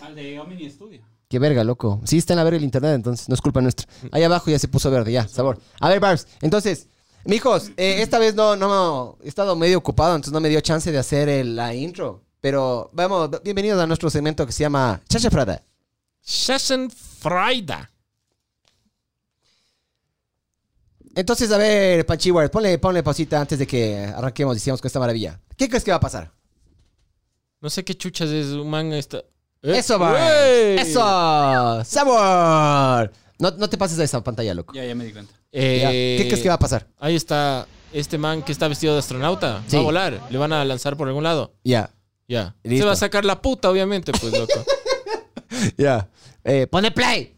Al de Omni Studio. Qué verga, loco. Sí, está en la verga el internet, entonces no es culpa nuestra. Ahí abajo ya se puso verde, ya, sabor. A ver, Barbs, entonces, mijos, eh, esta vez no, no, he estado medio ocupado, entonces no me dio chance de hacer el- la intro. Pero vamos, bienvenidos a nuestro segmento que se llama Chacha Prada. Schadenfreude. Entonces, a ver, Panchi Ward, ponle, ponle pausita antes de que arranquemos, decíamos con esta maravilla. ¿Qué crees que va a pasar? No sé qué chuchas es, un man está. Eh, ¡Eso, Barbs! güey. ¡Eso! ¡Sabor! No, no te pases a esa pantalla, loco. Ya, ya me di cuenta. Ya. Eh, ¿Qué crees que va a pasar? Ahí está este man que está vestido de astronauta. Sí. Va a volar. Le van a lanzar por algún lado. Ya. Ya. Listo. Se va a sacar la puta, obviamente, pues, loco. Ya. Eh, ponle play.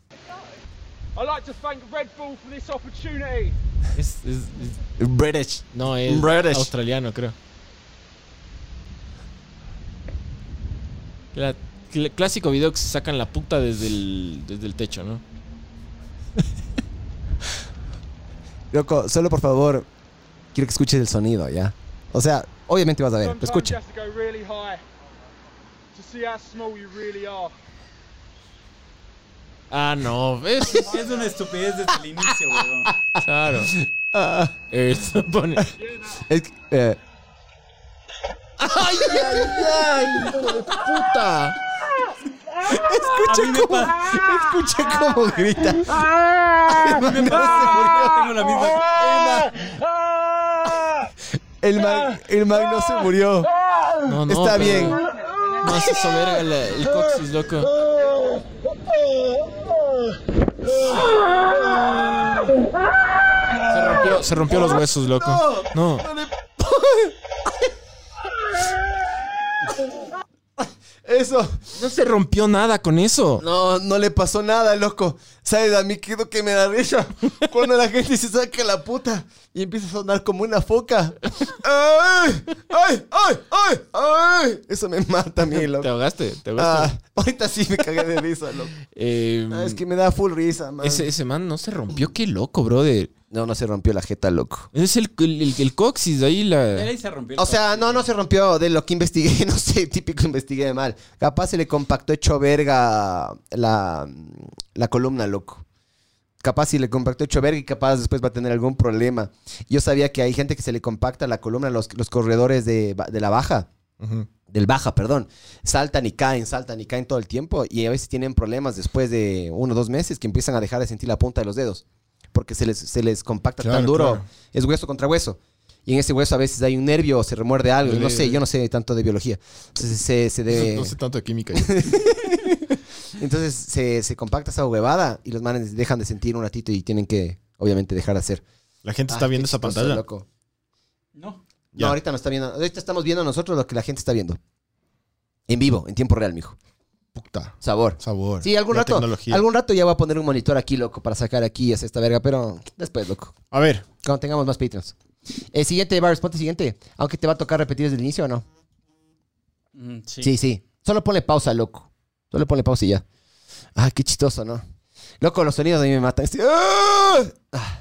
I'd like to thank Red Bull for this opportunity. Es- es- es- British. no, es British. australiano, creo. La- cl- clásico video que se sacan la puta desde el, desde el techo, ¿no? Loco, solo por favor, quiero que escuches el sonido, ¿ya? O sea, obviamente vas a ver, pero Sometimes escucha. you have to go really high to see how small you really are. Ah, no, ves. Es una estupidez desde el inicio, weón. Claro. Ah. Eso pone- Es que, eh, A mí me pasa. escucha cómo grita. Me pasa porque yo tengo la misma. ah, El man, el man no se murió. No, no, Está pero- bien. No hace sober el, el coxis, loco. Se rompió, se rompió los huesos, loco. No. Eso, No se rompió nada con eso. No, no le pasó nada, loco. ¿Sabes? A mí creo que me da risa cuando la gente se saca la puta y empieza a sonar como una foca. ¡Ay! ¡Ay! ¡Ay! ¡Ay! ¡Ay! Eso me mata a mí, Te loco. ahogaste, te ahogaste. Ah, ahorita sí me cagué de risa, loco. Eh, Ah, es que me da full risa, man. ese, ese man no se rompió, qué loco, brother. No, no se rompió la jeta, loco. Es el, el, el- el coxis ahí la. Ahí se rompió. el O sea, no, no se rompió de lo que investigué, no sé, típico investigué mal. Capaz se le compactó hecho verga la, la columna, loco. Capaz si le compactó hecho verga y capaz después va a tener algún problema. Yo sabía que hay gente que se le compacta la columna, los, los corredores de, ba- de la baja, del baja, perdón. Saltan y caen, saltan y caen todo el tiempo y a veces tienen problemas después de uno o dos meses que empiezan a dejar de sentir la punta de los dedos. Porque se les, se les compacta Claro, tan duro. claro. Es hueso contra hueso. Y en ese hueso a veces hay un nervio o se remuerde algo. Duele, No sé, duele. yo no sé tanto de biología. Entonces se, se de- No sé tanto de química. entonces se, se compacta esa huevada y los manes dejan de sentir un ratito y tienen que, obviamente, dejar de hacer. La gente Ah, qué chistoso, loco. No. Ya. No, ahorita no está viendo. Ahorita estamos viendo nosotros lo que la gente está viendo. En vivo, en tiempo real, mijo. Puta. Sabor. Sabor. Sí, algún La rato. tecnología. Algún rato ya voy a poner un monitor aquí, loco, para sacar aquí y hacer esta verga, pero después, loco. A ver, Cuando tengamos más Patreons. El siguiente, Barbs, ponte siguiente. Aunque te va a tocar repetir desde el inicio o no. Mm, sí. Sí, sí. Solo ponle pausa, loco. Solo ponle pausa y ya. Ah, qué chistoso, ¿no? Loco, los sonidos a mí me matan. Este- ¡Ah! Ah.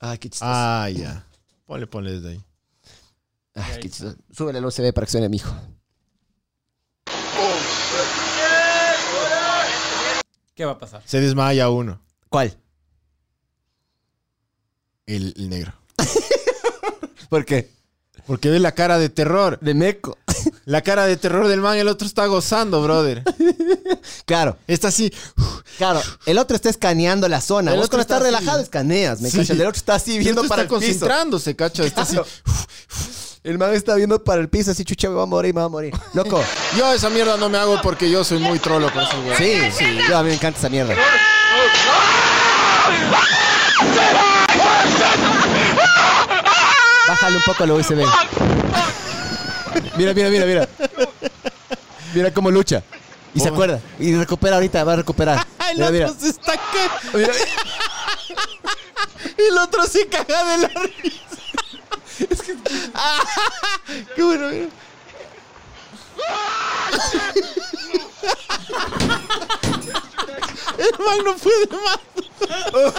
Ah, qué chistoso. Ah, ya. Ponle, ponle desde ahí. Ah, qué chistoso. Súbele el USB para que suene, mijo. ¿Qué va a pasar? Se desmaya uno. ¿Cuál? El, el negro. ¿Por qué? Porque ve la cara de terror. De meco. La cara de terror del man, el otro está gozando, brother. Claro, Está así. claro. El otro está escaneando la zona. El El otro otro está, está así. relajado, escaneas. Me Sí. cachas. El otro está así viendo El otro para está el piso. concentrándose, cacha. Está así. El man está viendo para el piso, así chucha, me va a morir, me va a morir. Loco. Yo esa mierda no me hago porque yo soy muy trolo con esos güeyes. Sí, sí. Yo, a mí me encanta esa mierda. Bájale un poco lo USB. Mira, mira, mira, mira. Mira cómo lucha. Y se acuerda. Y recupera ahorita, va a recuperar. El Mira, otro mira. se está ca- Mira, El otro se caga de la risa. Es que. ¡Qué bueno! mira. El man no puede más.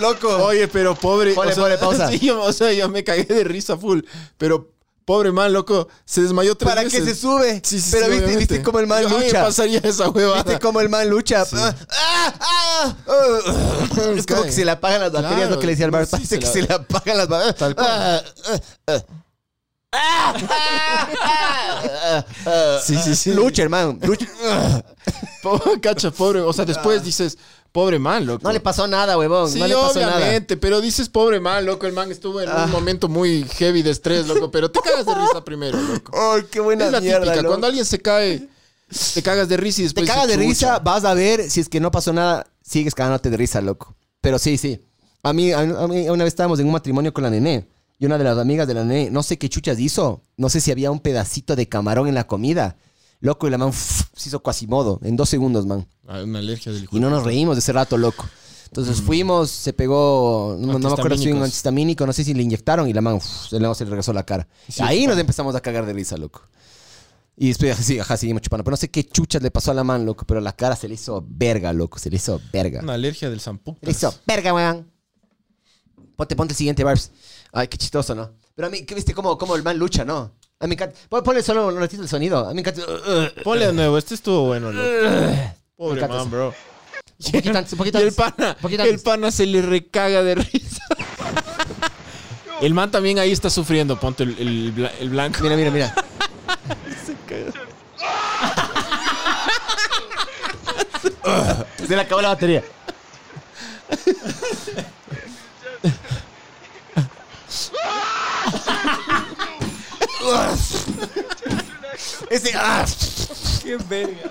Loco. Oye, pero pobre. Ponle, ponle pausa. sí, yo, o sea, yo me cagué de risa full. Pero pobre man, loco, se desmayó tres ¿Para qué veces. se sube? Sí, sí, Pero sí, viste, obviamente. viste cómo el man Yo, a mí me lucha. pasaría esa huevada. ¿Viste cómo el man lucha? Ah, ah, ah, ah. es como Cae. que se le apagan las baterías, Claro, lo que le decía al bar. sí, Parece se que la- se le apagan las baterías. Tal cual. Ah, ah, ah. Ah, ah, ah, ah. Sí, sí, sí. Lucha, hermano. Lucha. Po- cacha, pobre. O sea, después dices, pobre man, loco. Ah. No le pasó nada, huevón. Sí, no le pasó nada. Ah. obviamente, pero dices pobre man, loco. El man estuvo en un momento muy heavy de estrés, loco. Pero te cagas de risa primero, loco. Ay, qué buena es la mierda, típica. loco. Pues Cuando alguien se cae, te cagas de risa y después Te cagas de dices, risa, "Chucha". vas a ver si es que no pasó nada, sigues cagándote de risa, loco. Pero sí, sí. A mí, a mí- a mí una vez estábamos en un matrimonio con la nené y una de las amigas de la nené, no sé qué chuchas hizo, no sé si había un pedacito de camarón en la comida. Loco, y la man uf, se hizo cuasimodo en dos segundos, man. Ah, Una alergia del hijo. Y no nos reímos de ese rato, loco. Entonces fuimos, se pegó, no, no me acuerdo si un Antihistamínicos. antihistamínico, no sé si le inyectaron y la man uf, se, le, se le regresó la cara. Ahí nos empezamos a cagar de risa, loco. Y después, sí, ajá, seguimos chupando. Pero no sé qué chuchas le pasó a la man, loco, pero la cara se le hizo verga, loco, se le hizo verga. Una alergia del zampú. Se le hizo verga, weón. Ponte, ponte el siguiente, Barbs. Ay, qué chistoso, ¿no? Pero a mí, ¿qué viste cómo, cómo el man lucha, no? A mí me encanta. Pon- Ponle solo un ratito el sonido. A mí me encanta. uh, Ponle de nuevo, este estuvo bueno, loco. Pobre encanta man, eso. bro. Un poquito antes, un poquito Y el antes. pana, Un poquito el antes. pana se le recaga de risa. El man también ahí está sufriendo, ponte el, el bla- el blanco. Mira, mira, mira. se le acabó la batería. Ese. ¡ah! ah. ¡Qué verga!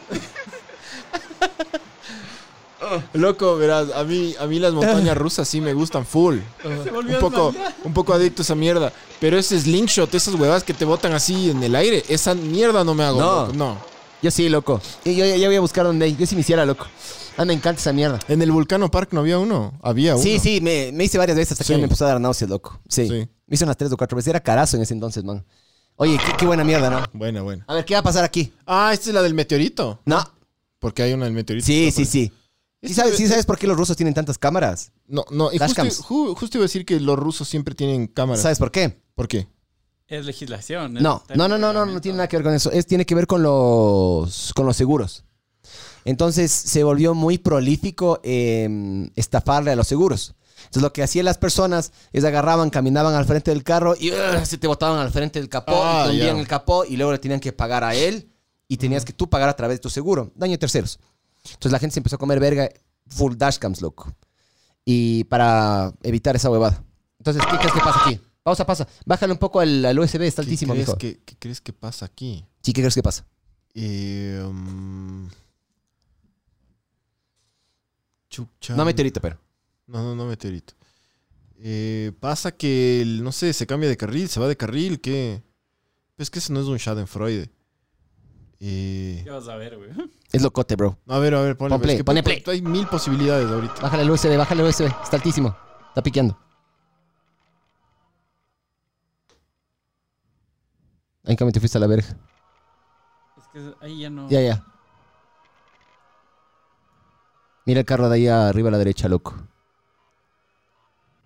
Loco, verás, a mí, a mí las montañas rusas sí me gustan full. Un poco, un poco adicto a esa mierda. Pero ese slingshot, esas huevas que te botan así en el aire, esa mierda no me hago. No. loco, no. Yo sí, loco. Y yo ya voy a buscar donde hay. Yo sí me hiciera, loco. Ah, me encanta esa mierda. En el Vulcano Park no había uno. Había uno. Sí, sí, me, me hice varias veces hasta que Sí. me empezó a dar náuseas, loco. Sí. Sí. Me hice unas tres o cuatro veces. Era carazo en ese entonces, man. Oye, qué, qué buena mierda, ¿no? Buena, buena. A ver, ¿qué va a pasar aquí? Ah, esta es la del meteorito. No. Porque hay una del meteorito. Sí, Está sí, sí. ¿Sí sabes, sí sabes por qué los rusos tienen tantas cámaras? No, no. Y justo, Dashcams. ju- justo iba a decir que los rusos siempre tienen cámaras. ¿Sabes por qué? ¿Por qué? Es legislación. No, no, no, no, no, no tiene nada que ver con eso. Es, tiene que ver con los, con los seguros. Entonces se volvió muy prolífico eh, estafarle a los seguros. Entonces lo que hacían las personas es agarraban, caminaban al frente del carro y ugh, se te botaban al frente del capó, Ah, y te hundían ya. el capó y luego le tenían que pagar a él y tenías que tú pagar a través de tu seguro. Daño a terceros. Entonces la gente se empezó a comer verga full dashcams, loco. Y para evitar esa huevada. Entonces, ¿qué crees que pasa aquí? Pausa, pausa. Bájale un poco al, al USB, está ¿Qué altísimo, crees, mijo. que, qué crees que pasa aquí? Sí, ¿qué crees que pasa? Eh, um, chucha. No meteorito, pero. No, no, no, meteorito. Eh, pasa que, el- no sé, se cambia de carril, se va de carril, ¿qué? Es que ese no es un Schadenfreude. Eh, Ya vas a ver, güey. Es locote, bro. no, a ver, a ver, ponle, Pon play, es que ponle po- play. Hay mil posibilidades ahorita. Bájale el USB, bájale el USB. Está altísimo. Está piqueando. Ahí cambio te fuiste a la verga. Es que ahí ya no. Ya, ya. Mira el carro de ahí arriba a la derecha, loco.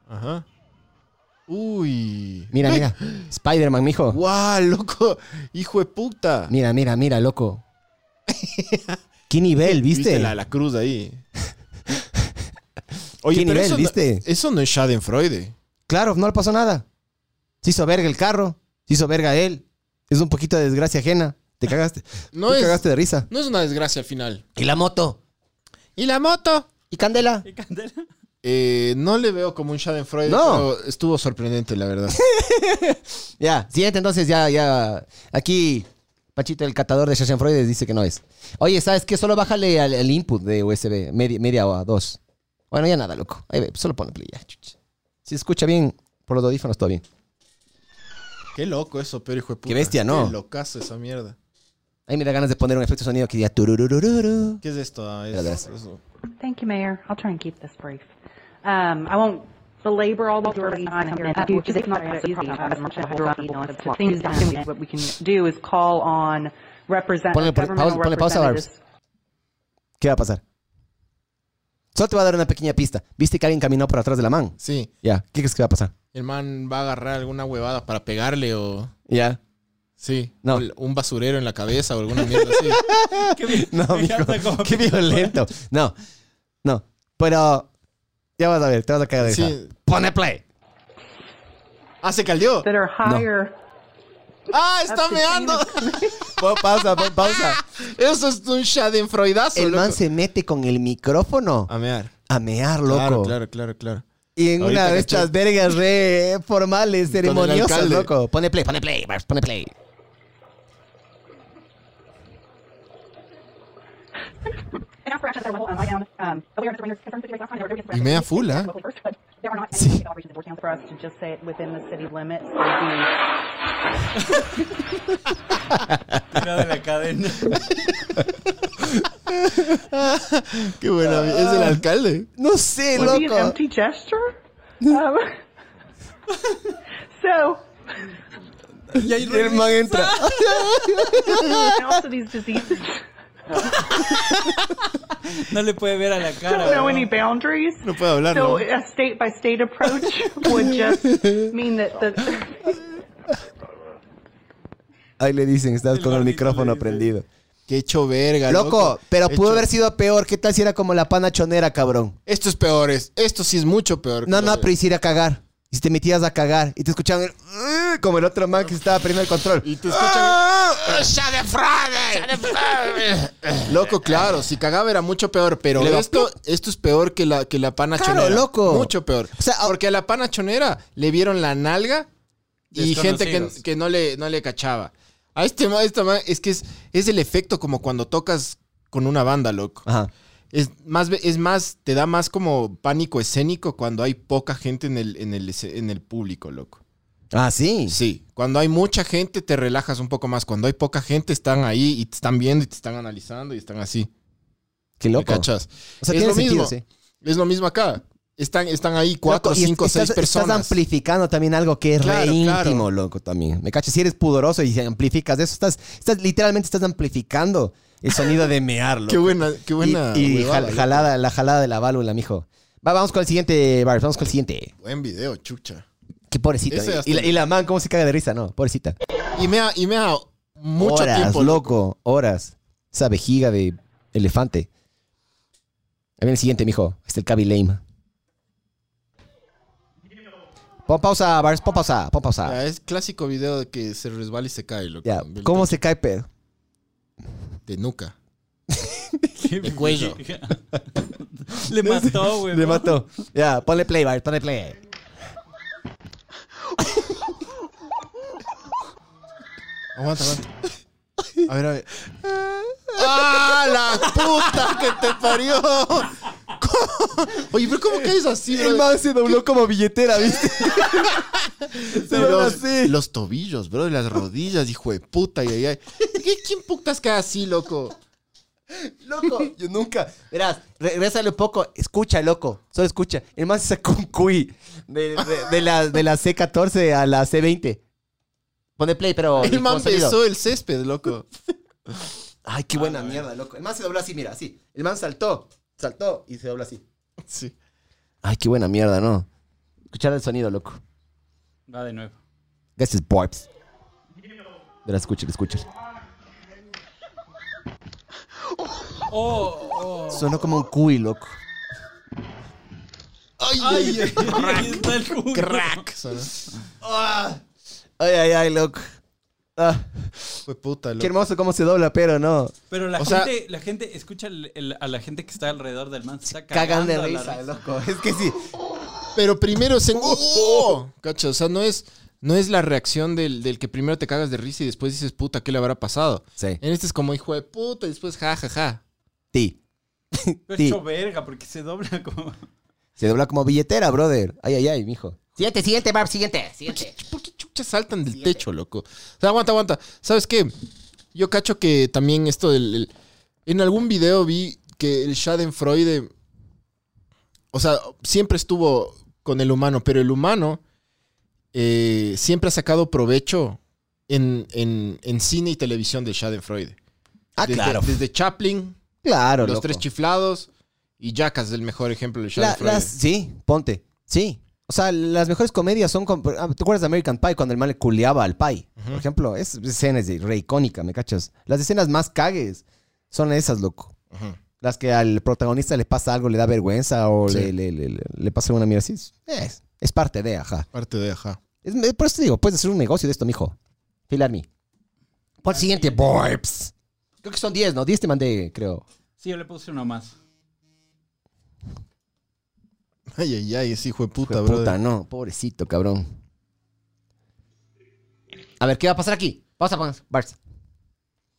Ajá. Uy. Mira, mira. Spider-Man, mijo. ¡Guau, loco! ¡Hijo de puta! Mira, mira, mira, loco. ¿Qué nivel, viste? la, la cruz ahí. Oye, ¿Qué pero nivel, eso, no- viste? eso no es Schadenfreude. Claro, no le pasó nada. Se hizo verga el carro. Se hizo verga él. Es un poquito de desgracia ajena. Te cagaste. No Te es- cagaste de risa. No es una desgracia al final. Y la moto. ¿Y la moto? Y Candela. ¿Qué candela? Eh, no le veo como un Schadenfreude, No. pero estuvo sorprendente, la verdad. Ya, siguiente entonces, ya, ya. Aquí, Pachito, el catador de Schadenfreude dice que no es. Oye, ¿sabes qué? Solo bájale al, al input de USB, media, media o a dos. Bueno, ya nada, loco. Ahí ve, solo ponle play, ya, chuch. Si escucha bien, por los audífonos todo bien. Qué loco eso, pero hijo de puta. Qué bestia, ¿no? Qué locazo esa mierda. Ahí me da ganas de poner un efecto de sonido que diga turururururu. ¿Qué es esto? Ah, es- Mira, verás. es- Thank you, Mayor. I'll try and keep this brief. Um, I won't belabor all the dirty on here. That is it's not that easy. As much as I don't know, it's a thing that we- What we can do is call on represent, Ponle- ponle- governmental pausa- ponle pausa, Barbs. representatives. ¿Qué va a pasar? Solo te voy a dar una pequeña pista. ¿Viste que alguien caminó por atrás de la man? Sí, Ya, ¿qué crees que va a pasar? el man va a agarrar alguna huevada para pegarle o... Ya. Sí, No. o el- un basurero en la cabeza o alguna mierda así. ¿Qué- No, me mijo, encanta cómo- qué violento. No, no. Pero ya vas a ver, te vas a caer de Sí. risa. Pone play. ¡Ah, se caldeó! That are higher. ¡Ah, está meando! Pon pausa, pon pausa. Eso es un Schadenfreudazo, El loco. man se mete con el micrófono A mear. a mear, loco. Claro, claro, claro, claro. Y en Ahorita una de caché. estas vergas re formales, ceremoniosas, alcalde. loco. Pone play, pone play, Barbs, pone play. Um, Y mea full, ¿ah? Sí. For us to just say it within the city limits would be- Tira de la cadena. Qué buena. Es el alcalde. No sé, would be an loco. empty gesture. Um, so, Y ahí El man entra. and also these diseases no le puede ver a la cara. don't know güey. any boundaries. No puede hablar, So ¿no? a state by state approach would just mean that the Ahí le dicen, estás con el maldito le micrófono dice. prendido. Qué hecho verga, loco. Loco, pero pudo Hecho- haber sido peor. ¿Qué tal si era como la pana chonera, cabrón? Esto es peor. es- Esto sí es mucho peor. No, no, Claro. pero y si ir a cagar. Y si te metías a cagar y te escuchaban el, "Ugh", como el otro man que estaba perdiendo el control. Y te escuchan. Ah, Loco, claro, si cagaba era mucho peor, pero Le va- esto, esto es peor que la, que la pana Claro, chonera. loco. Mucho peor. O sea, a- Porque a la pana chonera le vieron la nalga y gente que, Desconocidos. que no, le, no le cachaba. A este ma, esta ma- es que es, es el efecto como cuando tocas con una banda, loco. Ajá. Es más, ve- es más, te da más como pánico escénico cuando hay poca gente en el, en el, esce- en el público, loco. Ah, sí. Sí, cuando hay mucha gente te relajas un poco más. Cuando hay poca gente están ahí y te están viendo y te están analizando y están así. Qué ¿Me loco. cachas? O sea, es tiene lo sentido, mismo. sí. Es lo mismo acá. Están, están ahí cuatro, Loco, y es- cinco, estás- seis personas. Estás amplificando también algo que es re Claro, íntimo, claro. loco, también. Me cachas, si eres pudoroso y amplificas eso, estás, estás literalmente estás amplificando el sonido de mear, loco. qué buena, qué buena. Y, y huevada, jal- loco. jalada, la jalada de la válvula, mijo. Va, vamos con el siguiente, Barbs, vamos con el siguiente. Buen video, chucha. Qué pobrecita. Ese Y- hasta- Y, la, y la man, ¿cómo se caga de risa? No, pobrecita. Y me ha, y me ha mucho horas, tiempo. loco, horas. Esa vejiga de elefante. Ahí viene el siguiente, mijo. Este el Cabi Lame. Pon pausa, Bars, pon pausa, pon pausa. Ya, es clásico video de que se resbala y se cae, loco. Ya, Del- ¿cómo se cae pedo? De nuca. El cuello. Le mató, güey. Le mató. Ya, ponle play, Bars, ponle play. Aguanta, aguanta. A ver, a ver. ¡Ah, la puta que te parió! ¿Cómo? Oye, pero ¿cómo caes así, bro? se dobló como billetera, ¿viste? Y dobló los, así. los tobillos, bro, y las rodillas, hijo de puta. Y, ahí- ¿Qué- ¿Quién putas cae así, loco? Loco, yo nunca. Verás, regrésale un poco. Escucha, loco. Solo escucha. El man se sacó un cuy de, de- de la, de la C14 a la C20. Pone play, pero. El man con sonido. besó el césped, loco. Ay, qué buena mierda, loco. El man se dobló así, mira, así. El man saltó, saltó y se dobló así. Sí. Ay, qué buena mierda, ¿no? Escuchar el sonido, loco. Va de nuevo. This is Barbs. Verás, escúchale, escúchale. Oh, oh. Sonó como un cuy, loco. ¡Ay, Ay, ay, ay! ahí está el culo. crack sonó. Ay, ay, ay, loco. Ah, Fue puta, qué loco. hermoso cómo se dobla, pero no. Pero la O sea- gente, la gente escucha el- el- a la gente que está alrededor del man. Se está Cagan cagando de a la risa, loco. Es que sí. Pero primero se... ¡Oh! Cacha, o sea, no es, no es la reacción del, del que primero te cagas de risa y después dices, puta, ¿qué le habrá pasado? Sí. En este es como hijo de puta y después ja, ja, ja. Sí. Pero Sí. hecho verga porque se dobla como. Se dobla como billetera, brother. Ay, ay, ay, mijo. Siguiente, siguiente, Barb, siguiente, siguiente. ¿Por qué chuchas saltan del techo, loco? O sea, aguanta, aguanta. ¿Sabes qué? Yo cacho que también esto del... el- en algún video vi que el Schadenfreude... O sea, siempre estuvo con el humano, pero el humano eh, siempre ha sacado provecho en, en- en cine y televisión del Schadenfreude. Ah, desde, claro. Desde Chaplin, Claro, Los loco. Tres Chiflados y Jackass, el mejor ejemplo del La- Schadenfreude. las- sí, ponte. Sí. O sea, las mejores comedias son... con- ah, ¿Te acuerdas de American Pie cuando el man le culeaba al pie? Por ejemplo, es escenas de re icónica, ¿me cachas? Las escenas más cagues son esas, loco. Ujú. Las que al protagonista le pasa algo, le da vergüenza o Sí. le, le- le- le- le pasa alguna mierda así. Es, es- es parte de, ajá. Parte de ajá. Es- me- por eso te digo, puedes hacer un negocio de esto, mijo. Filar me. Por el siguiente, Borbs. Creo que son 10, ¿no? 10 te mandé, creo. Sí, yo le puse uno más. Ay, ay, ay, ese hijo de puta, Hijo de brother. puta, no, pobrecito, cabrón. A ver, ¿qué va a pasar aquí? Pausa, pausa, Bars.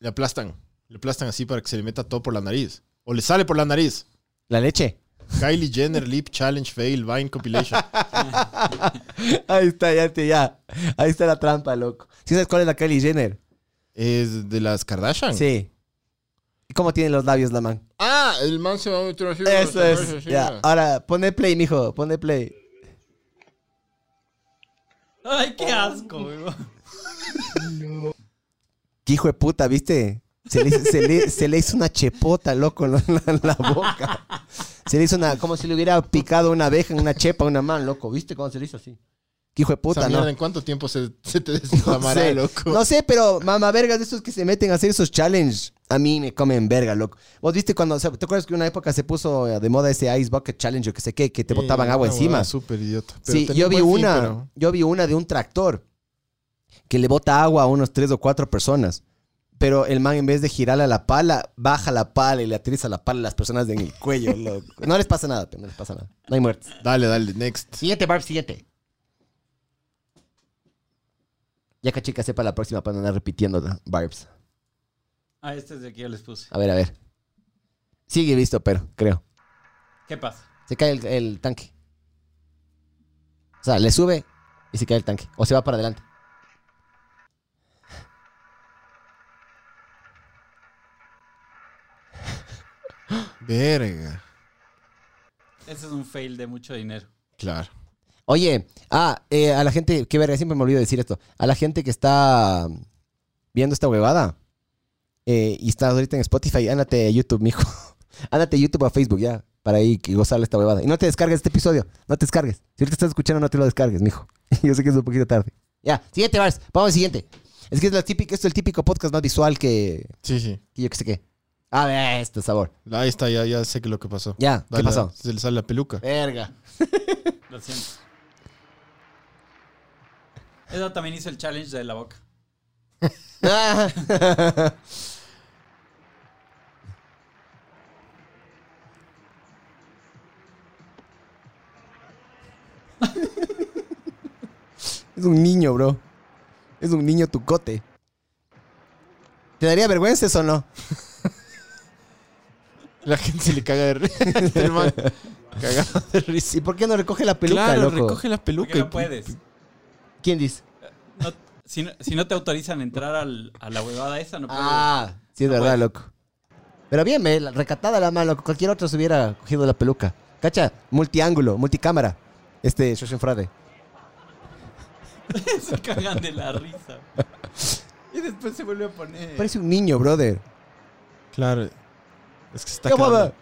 Le aplastan. Le aplastan así para que se le meta todo por la nariz. O le sale por la nariz. La leche. Kylie Jenner Lip Challenge Fail Vine Compilation. Ahí está, ya, te- ya. Ahí está la trampa, loco. ¿Sí sabes cuál es la Kylie Jenner? ¿Es de las Kardashian? Sí. ¿Y ¿Cómo tiene los labios la man? Ah, el man se va a meter así. Eso Se es. así, Ya. Ah, Ahora, pone play, mijo. Pone play. Ay, qué asco, güey. Qué hijo de puta, ¿viste? Se le, hizo- se le- se le hizo una chepota, loco, en la, en la boca. Se le hizo una... Como si le hubiera picado una abeja en una chepa a una man, loco. ¿Viste cómo se le hizo así? Qué hijo de Esa puta, ¿no? mierda, ¿en cuánto tiempo se, se te No desinflamará, sé, loco? No sé, pero mamavergas de esos que se meten a hacer esos challenges, a mí me comen verga, loco. Vos viste cuando, o sea, ¿te acuerdas que una época se puso eh, de moda ese Ice Bucket Challenge o que sé qué, que te botaban Eh, agua una encima? huevada Súper idiota. Pero Sí, tenía yo vi buen fin, una, pero- yo vi una de un tractor que le bota agua a unos tres o cuatro personas. Pero el man en vez de girarle a la pala, baja la pala y le aterriza la pala a las personas en el cuello, loco. No les pasa nada, pero no les pasa nada. No hay muertes. Dale, dale, next. Siguiente, Barb, siguiente. Ya que chica sepa la próxima para no andar repitiendo Barbs. Ah, este es el que yo les puse. A ver, a ver. Sigue visto, pero creo. ¿Qué pasa? Se cae el, el tanque. O sea, le sube y se cae el tanque. O se va para adelante. Verga. Ese Este es un fail de mucho dinero. Claro. Oye, ah, eh, a la gente, qué verga, siempre me olvido decir esto. A la gente que está viendo esta huevada eh, y está ahorita en Spotify, ándate a YouTube, mijo. Ándate a YouTube o a Facebook ya, para ahí que gozarle esta huevada. Y no te descargues este episodio, no te descargues. Si ahorita estás escuchando, no te lo descargues, mijo. Yo sé que es un poquito tarde. Ya, siguiente, Vars, vamos al siguiente. Es que es la típica, esto es el típico podcast más visual que, Sí, sí. que yo que sé qué. A ver, este sabor. Ahí está, ya, ya sé que lo que pasó. Ya, ¿qué Dale, pasó? Se le sale la peluca. Verga. Lo siento. Eso también hizo el challenge de la boca. Es un niño, bro. Es un niño tucote. ¿Te daría vergüenza eso o no? La gente se le caga de risa. Este el man. Cagado de risa. ¿Y por qué no recoge la peluca, claro, loco? recoge la peluca. Porque y- no puedes. ¿Quién dice? No- si, no, si no te autorizan a entrar al- a la huevada esa, no puedes. Ah, sí, es verdad, puede. loco. Pero bien, eh, la- recatada la mano. Cualquier otro se hubiera cogido la peluca. Cacha, multiángulo, multicámara. Este, Frade. Se cagan de la risa. Y después se vuelve a poner. Parece un niño, brother. Claro. Es que se está ¿Qué quedando. hueva?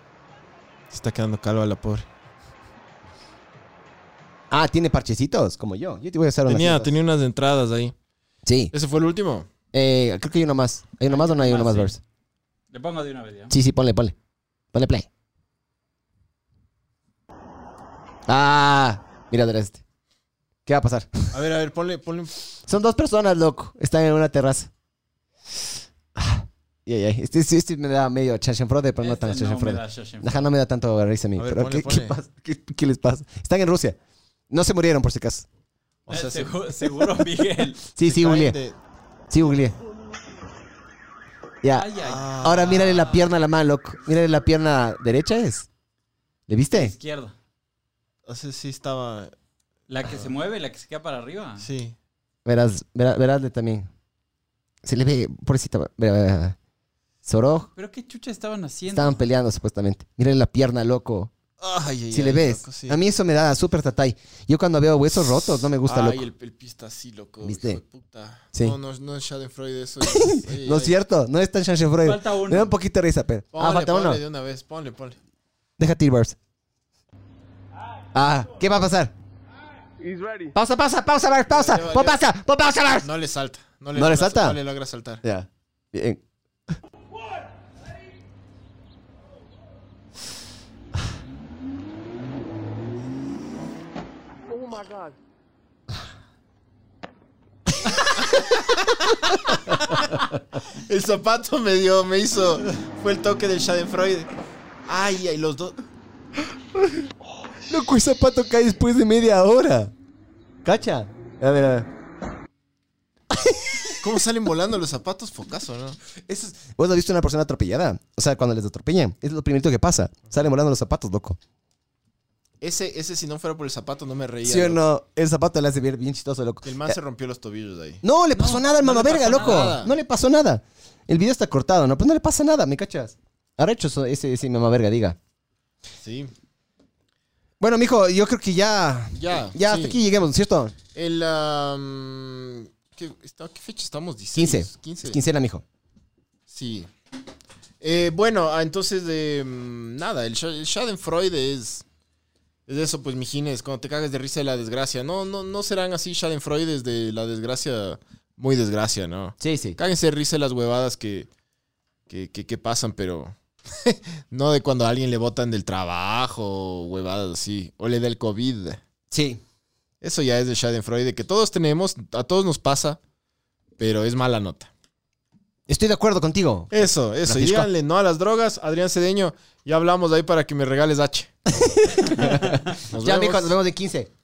Se está quedando calva la pobre. Ah, tiene parchecitos, como yo. Yo te voy a hacer una. Tenía, tenía unas entradas ahí. Sí. ¿Ese fue el último? Eh, creo que hay uno más. ¿Hay uno más o no hay uno Ah, más, sí. Bars? Le pongo de una vez ya. Sí, sí, ponle, ponle. Ponle play. Ah, mira, Andrés, este. ¿Qué va a pasar? A ver, a ver, ponle, ponle. Son dos personas, loco. Están en una terraza. Ah, ay, ay. Este, este, este me da medio chanchenfrode, pero no Este tan me chanchenfrode. da Session Frog. Ajá, no me da tanto risa a mí. A ver, pero ponle, ¿qué, qué ponle. pasa? ¿Qué- qué les pasa? Están en Rusia. No se murieron, por si acaso. O sea, Eh, se- segu- seguro, Miguel. Sí, sí, caen googleé. de- Sí, googleé. Ya. Ay, ah. ay. Ahora mírale la pierna a la mano, loco. Mírale la pierna derecha, ¿es? ¿Le viste? Izquierda. O sea, sí estaba. La que se mueve, la que se queda para arriba. Sí. Verás, verá- verásle también. Se le ve, pobrecita. Verá, verá, verá. Soroj. Pero qué chucha estaban haciendo. Estaban peleando supuestamente. Mírale la pierna, loco. Ay, ay, Si le ay, ves. loco, sí. A mí eso me da súper tatay. Yo cuando veo huesos rotos no me gusta, Ay, loco. el, el pista así, loco. ¿Viste? hijo de puta. Sí. No, no, no es Schadenfreude eso. es- ay, No ay. es cierto, no es tan Schadenfreude. Falta uno. Me da un poquito de risa, pero. Ponle, ah, falta ponle uno. de una vez, ponle, ponle. Déjate ir, Bars. Ah, ¿qué va a pasar? He's ready. Pausa, pausa, pausa, Bars, pausa. Ya valió. Pon pausa, pon pausa, Bars. No le salta. No le, ¿No le logra- salta? No le logra saltar. Ya. Bien. Oh my god. El zapato me dio, me hizo. Fue el toque del Schadenfreude. Ay, ay, los dos. Loco, el zapato cae después de media hora. ¿Cacha? A ver, a ver. ¿Cómo salen volando los zapatos? Focazo, ¿no? Eso es- ¿Vos has visto una persona atropellada? O sea, cuando les atropellan, es lo primero que pasa. Salen volando los zapatos, loco. Ese, ese, si no fuera por el zapato, no me reía. ¿Sí o loco. no? El zapato le hace ver bien chistoso, loco. El man se rompió los tobillos de ahí. No, le pasó nada al no mamá le verga, pasó loco. nada. No le pasó nada. El video está cortado, ¿no? Pues no le pasa nada, ¿me cachas? Ahora hecho eso- ese, ese mamá verga, diga. Sí. Bueno, mijo, yo creo que ya. Ya. Ya sí. hasta aquí lleguemos, ¿no es ¿cierto? El. am, ¿qué, está- qué fecha estamos diciendo? 15. 15. Es Quincena, mijo. Sí. Eh, bueno, ah, entonces, eh, mm, nada, el, Scha- el Schadenfreude es. Es eso, pues, mijines, cuando te cagas de risa de la desgracia. No, no, no serán así Schadenfreudes de la desgracia, muy desgracia, ¿no? Sí, sí. Cáguense de risa de las huevadas que, que, que- que pasan, pero no de cuando a alguien le botan del trabajo, huevadas así, o le da el COVID. Sí. Eso ya es de Schadenfreude, que todos tenemos, a todos nos pasa, pero es mala nota. Estoy de acuerdo contigo. Eso, eso. Y Francisco. díganle no a las drogas. Adrián Cedeño, ya hablamos de ahí para que me regales H. Nos ya, vemos. mijo, nos vemos en 15.